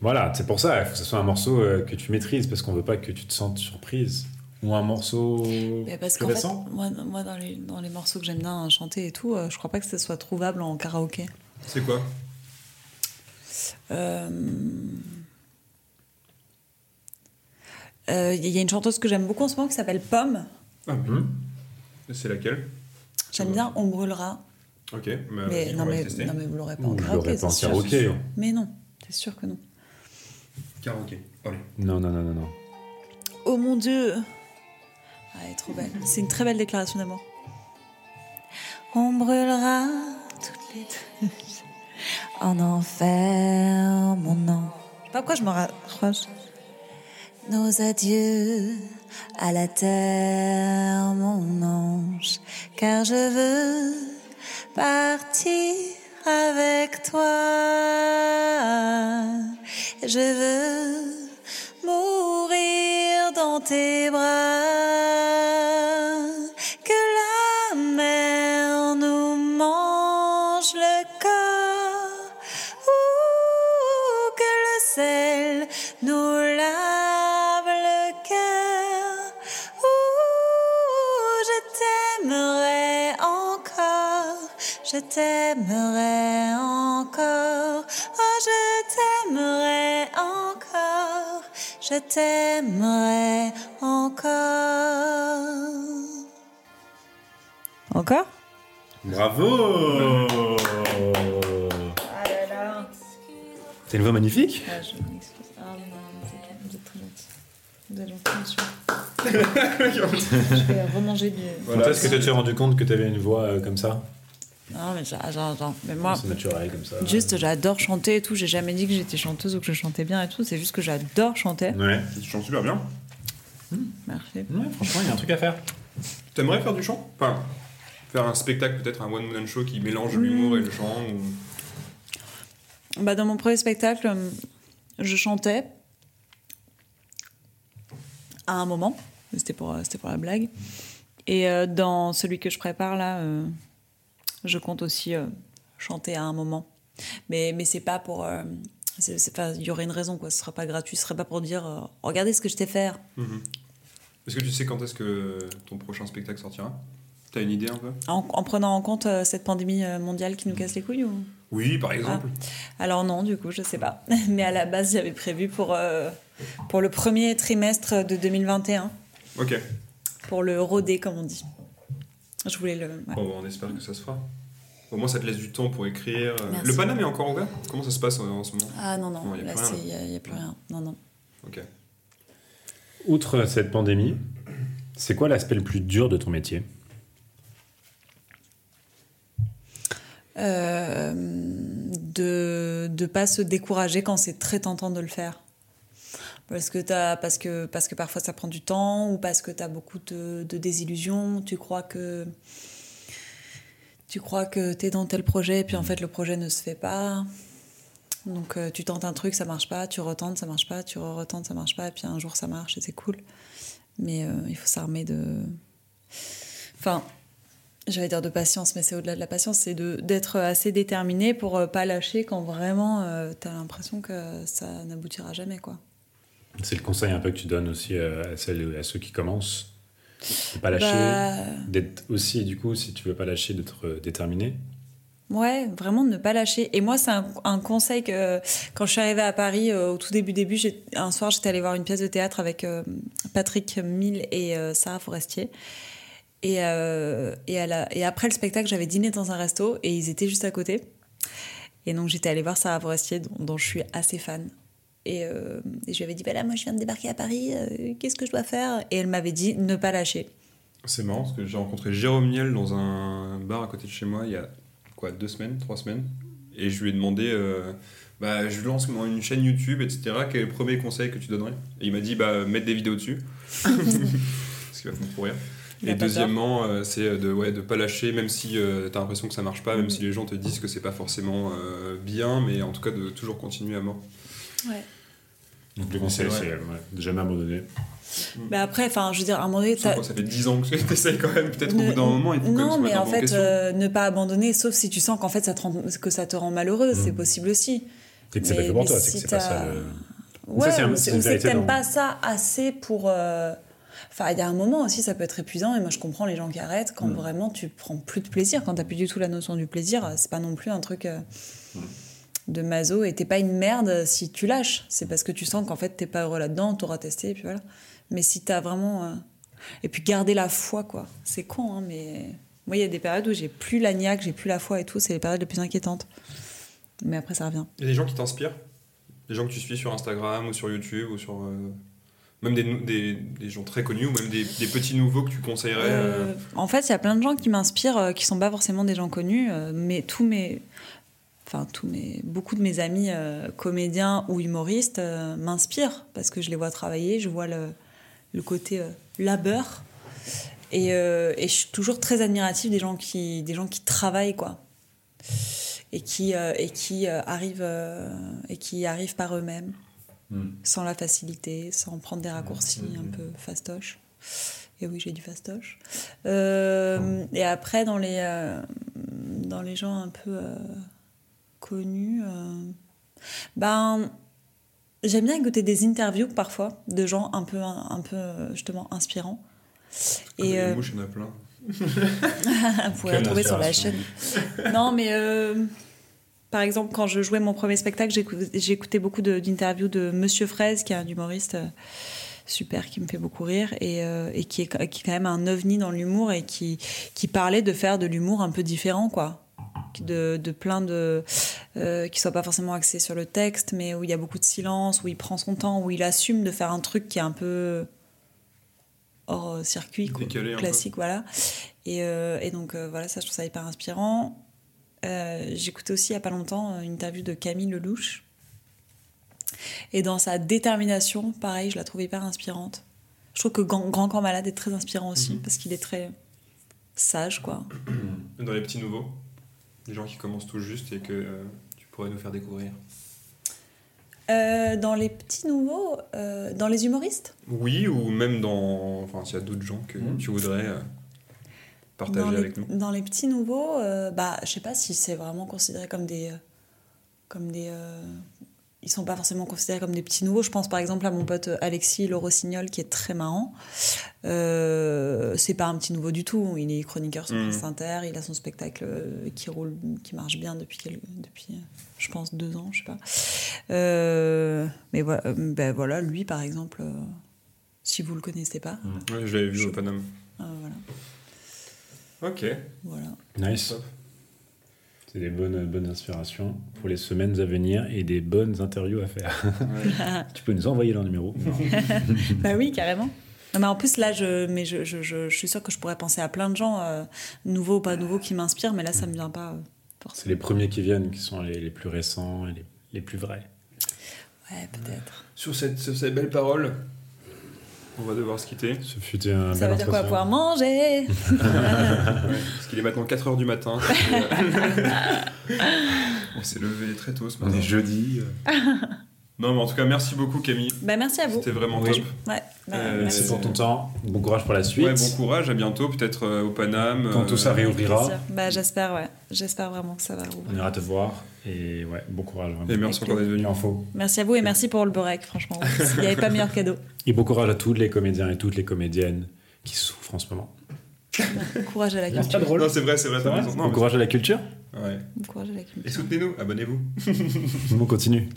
S2: Voilà, c'est pour ça, il faut que ce soit un morceau euh, que tu maîtrises parce qu'on veut pas que tu te sentes surprise. Ou un morceau
S1: Mais parce
S2: plus
S1: qu'en fait,
S2: récent.
S1: moi, moi dans, les, dans les morceaux que j'aime bien chanter et tout, euh, je crois pas que ça soit trouvable en karaoké.
S3: C'est quoi
S1: Euh, euh, Il y a une chanteuse que j'aime beaucoup en ce moment qui s'appelle Pomme.
S2: Hmm
S3: Ah. C'est laquelle
S1: J'aime bien On brûlera.
S3: Ok, bah,
S1: mais,
S3: Ah vas-y, on
S1: non,
S3: va
S1: mais,
S3: tester.
S1: non, mais vous l'aurez pas en
S2: Ou je l'aurais
S1: karaoké.
S2: pas hein. en
S1: c'est sûr.
S2: karaoké.
S1: Mais non, c'est sûr que non.
S3: Karaoké. Allez.
S2: Non, non, non, non, non.
S1: Oh mon Dieu Ah, Elle est trop belle. C'est une très belle déclaration d'amour. On brûlera toutes les deux en enfer, mon nom. Je sais pas pourquoi je me rapproche. Nos adieux à la terre, mon ange, car je veux partir avec toi. Je veux mourir dans tes bras. Que la mer nous mange le corps, ou que le sel nous lave le cœur, ou je t'aimerai encore, je t'aimerai encore, oh je t'aimerai encore, je t'aimerai encore. Encore
S2: Bravo C'est une voix magnifique
S1: je m'excuse. Ah non, vous êtes très gentil. Vous êtes gentil, monsieur. je vais remanger du.
S2: Quand est-ce que tu t'es rendu compte que tu avais une voix euh, comme ça
S1: Non, Ah, mais j'a- j'a- j'a- mais moi,
S2: C'est naturel comme ça.
S1: Ah. juste j'adore chanter et tout. J'ai jamais dit que j'étais chanteuse ou que je chantais bien et tout. C'est juste que j'adore chanter.
S2: Ouais.
S3: Tu chantes super bien.
S1: Merci.
S2: Ouais, franchement, il y a un truc à faire.
S3: T'aimerais faire du chant Enfin, faire un spectacle, peut-être un one-man show qui mélange l'humour et le chant ou...
S1: Bah, dans mon premier spectacle, hum, je chantais à un moment. mais C'était pour, euh, c'était pour la blague. Et euh, dans celui que je prépare, là, euh, je compte aussi euh, chanter à un moment. Mais, mais c'est pas pour. euh, c'est- c'est pas- Il y aurait une raison, quoi. Ce sera pas gratuit. Ce serait pas pour dire euh, Regardez ce que je t'ai fait.
S3: Mhm. Est-ce que tu sais quand est-ce que ton prochain spectacle sortira T'as une idée un peu
S1: En, en prenant en compte euh, cette pandémie euh, mondiale qui nous casse les couilles ou...
S3: Oui, par exemple.
S1: Alors non, du coup, je sais pas. Mais à la base, j'avais prévu pour, euh, pour le premier trimestre de 2021,
S3: Ok.
S1: pour le rodé, comme on dit. Je voulais le... ouais.
S3: Bon, bah, on espère que ça se fera. Au moins, ça te laisse du temps pour écrire. Euh,
S1: Merci.
S3: Le Paname est encore ouvert Comment ça se passe en, en ce moment
S1: Ah non, non,
S3: Bon, y a
S1: là,
S3: plus rien,
S1: il n'y a, y a plus rien. Non, non.
S3: Ok.
S2: Outre cette pandémie, c'est quoi l'aspect le plus dur de ton métier
S1: Euh, de ne pas se décourager quand c'est très tentant de le faire. Parce que, t'as- parce, que, parce que parfois ça prend du temps ou parce que tu as beaucoup de, de désillusions. Tu crois que tu crois que tu es dans tel projet et puis en fait le projet ne se fait pas. Donc euh, tu tentes un truc, ça marche pas, tu retentes, ça marche pas, tu retentes, ça marche pas et puis un jour ça marche et c'est cool. Mais euh, il faut s'armer de... Enfin, j'allais dire de patience, mais c'est au-delà de la patience, c'est de- d'être assez déterminé pour euh, pas lâcher quand vraiment euh, t'as l'impression que ça n'aboutira jamais, quoi.
S2: C'est le conseil un peu que tu donnes aussi euh, à, celles, à ceux qui commencent. De pas lâcher,
S1: Bah,
S2: d'être aussi, du coup, si tu veux pas lâcher, d'être euh, déterminé.
S1: Ouais, vraiment de ne pas lâcher. Et moi, c'est un, un conseil que quand je suis arrivée à Paris euh, au tout début début, j'ai- un soir j'étais allée voir une pièce de théâtre avec euh, Patrick Mille et euh, Sarah Forestier. Et, euh, et, à la- et après le spectacle, j'avais dîné dans un resto et ils étaient juste à côté. Et donc j'étais allée voir Sarah Forestier, dont, dont je suis assez fan. Et, euh, et je lui avais dit, bah là, moi je viens de débarquer à Paris, euh, qu'est-ce que je dois faire Et elle m'avait dit, ne pas lâcher.
S3: C'est marrant parce que j'ai rencontré Jérôme Niel dans un bar à côté de chez moi il y a quoi deux semaines, trois semaines, et je lui ai demandé, euh, bah je lance moi une chaîne YouTube, etc. Quel est le premier conseil que tu donnerais Et il m'a dit bah mettre des vidéos dessus, ce qui va me courir.
S1: Il a
S3: Et
S1: pas peur.
S3: deuxièmement, euh, c'est de ouais de pas lâcher, même si tu t'as l'impression que ça marche pas, même
S1: Mhm.
S3: si les gens te disent que c'est pas forcément euh, bien, mais en tout cas de toujours continuer à mort.
S1: Ouais.
S2: Donc le conseil,
S3: Ouais.
S2: c'est euh, ouais, de jamais abandonner.
S1: Mais après, enfin, je veux dire, à un moment donné,
S3: Parce que
S1: t'as-
S3: quoi, ça fait 10 ans que tu essayes quand même, peut-être au
S1: Ne-
S3: bout d'un moment, il faut quand même
S1: Non,
S3: se
S1: mais
S3: mettre un
S1: en
S3: peu
S1: fait,
S3: question.
S1: euh, ne pas abandonner, sauf si tu sens qu'en fait, ça te rend- que ça te rend malheureux,
S2: Mm.
S1: c'est possible aussi.
S2: C'est que c'est
S1: Mais-
S2: pas fait pour
S1: mais
S2: toi,
S1: si
S2: c'est que c'est pas
S1: t'as-
S2: ça. le-
S1: Ouais,
S2: c'est un-
S1: ou
S2: c'est
S1: c'est
S2: une
S1: ou c'est que
S2: vérité
S1: t'aimes
S2: dans-
S1: pas ça assez pour. euh, Enfin, il y a un moment aussi, ça peut être épuisant, et moi je comprends les gens qui arrêtent quand
S2: Mm.
S1: vraiment tu prends plus de plaisir, quand t'as plus du tout la notion du plaisir, euh, c'est pas non plus un truc euh,
S2: Mm.
S1: de maso, et t'es pas une merde si tu lâches, c'est parce que tu sens qu'en fait t'es pas heureux là-dedans, t'auras testé, et puis voilà. Mais si t'as vraiment. euh, Et puis garder la foi, quoi. C'est con, hein, mais. Moi, il y a des périodes où j'ai plus la niaque, j'ai plus la foi et tout, c'est les périodes les plus inquiétantes. Mais après, ça revient.
S3: Il y a des gens qui t'inspirent Des gens que tu suis sur Instagram ou sur YouTube ou sur. euh, même des, nou- des, des gens très connus ou même des, des petits nouveaux que tu conseillerais euh,
S1: Euh, en fait, il y a plein de gens qui m'inspirent, euh, qui sont pas forcément des gens connus, euh, mais tous mes, enfin tous mes, beaucoup de mes amis euh, comédiens ou humoristes euh, m'inspirent parce que je les vois travailler, je vois le, le côté euh, labeur, et, euh, et je suis toujours très admirative des gens qui, des gens qui travaillent quoi, et qui euh, et qui euh, arrivent euh, et qui y arrivent par eux-mêmes,
S2: Mm.
S1: sans la facilité, sans prendre des raccourcis un peu fastoches. Et oui, j'ai du fastoche. Euh, et après, dans les, euh, dans les gens un peu euh, connus, euh, ben, j'aime bien écouter des interviews parfois de gens un peu, un, peu euh, justement inspirants.
S3: comme
S1: Et
S3: les
S1: euh,
S3: mouches, il y en a plein.
S1: vous pouvez retrouver sur la chaîne. Non, mais euh, par exemple, quand je jouais mon premier spectacle, j'écou- j'écoutais beaucoup de- d'interviews de, Monsieur Fraise, qui est un humoriste euh, super, qui me fait beaucoup rire, et, euh, et qui, est, ca- qui est quand même un ovni dans l'humour, et qui, qui parlait de faire de l'humour un peu différent, quoi. De, de plein de. euh, qui soit pas forcément axé sur le texte, mais où il y a beaucoup de silence, où il prend son temps, où il assume de faire un truc qui est un peu hors euh, circuit, quoi,
S3: Décalé un peu.
S1: classique, voilà. Et, euh, et donc euh, voilà, ça je trouve ça hyper inspirant. Euh, J'écoutais aussi il n'y a pas longtemps euh, une interview de Camille Lelouch. Et dans sa détermination, pareil, je la trouve hyper inspirante. Je trouve que Grand, Grand Corps Malade est très inspirant aussi,
S3: Mhm.
S1: parce qu'il est très sage, quoi.
S3: Dans les petits nouveaux, des gens qui commencent tout juste et que euh, tu pourrais nous faire découvrir.
S1: Euh, dans les petits nouveaux, euh, dans les humoristes
S3: Oui, ou même dans. Enfin, s'il y a d'autres gens que
S2: Mhm.
S3: tu voudrais euh, partager
S1: dans les,
S3: avec nous.
S1: Dans les petits nouveaux, euh, bah, je sais pas si c'est vraiment considéré comme des. euh, comme des euh, ils sont pas forcément considérés comme des petits nouveaux. Je pense par exemple à mon pote euh, Alexis Le Rossignol qui est très marrant. Euh, c'est pas un petit nouveau du tout. Il est chroniqueur sur
S3: Mhm.
S1: France Inter. Il a son spectacle euh, qui roule, qui marche bien depuis, quel- depuis euh, je pense, deux ans, je sais pas. Euh, mais voilà, euh, ben voilà, lui par exemple, euh, si vous le connaissez pas,
S3: Ouais, je l'avais vu
S1: Je-
S3: au Paname.
S1: euh, voilà,
S3: Ok.
S1: voilà.
S2: Nice.
S3: Top.
S2: C'est des bonnes, bonnes inspirations pour les semaines à venir et des bonnes interviews à faire.
S3: Ouais.
S2: tu peux nous envoyer leur numéro.
S1: Bah oui, carrément. Non, mais en plus, là, je, mais je, je, je, je suis sûre que je pourrais penser à plein de gens, euh, nouveaux ou pas nouveaux, qui m'inspirent, mais là, ça me vient pas euh,
S2: C'est
S1: forcément.
S2: les premiers qui viennent qui sont les, les plus récents et les, les plus vrais.
S1: Ouais, peut-être.
S3: Sur, cette, sur ces belles paroles, on va devoir se quitter.
S2: Ce fut
S3: Ah,
S2: un
S1: Ça
S2: bel
S1: veut dire quoi
S2: entretien.
S1: Pouvoir manger
S3: Ouais, parce qu'il est maintenant 4h du matin. Et, euh, on s'est levé très tôt ce
S2: On
S3: matin.
S2: est jeudi.
S3: Non, mais en tout cas, merci beaucoup Camille.
S1: Bah merci à vous.
S3: C'était vraiment
S2: Oui.
S3: top.
S1: Ouais, bah,
S3: Euh,
S1: merci.
S2: Merci pour ton temps. Bon courage pour la suite.
S3: Ouais, bon courage, à bientôt, peut-être euh, au Paname.
S2: Quand tout ça
S1: Avec
S2: réouvrira,
S1: plaisir. Bah j'espère, ouais. J'espère vraiment que ça va rouvrir.
S2: on ira te voir. Et ouais, bon courage.
S3: Et
S2: Vraiment.
S3: merci encore d'être venu.
S2: Il en faut.
S1: Merci à vous et merci pour le borek, franchement. Il n'y avait pas meilleur cadeau.
S2: Et bon courage à tous les comédiens et toutes les comédiennes qui souffrent en ce moment.
S1: Courage à la culture.
S3: Non, c'est vrai, c'est vrai, t'as raison. Non,
S2: Bon courage à la culture.
S3: mais- ouais.
S1: Courage à la culture.
S3: Et soutenez-nous, abonnez-vous.
S2: On continue.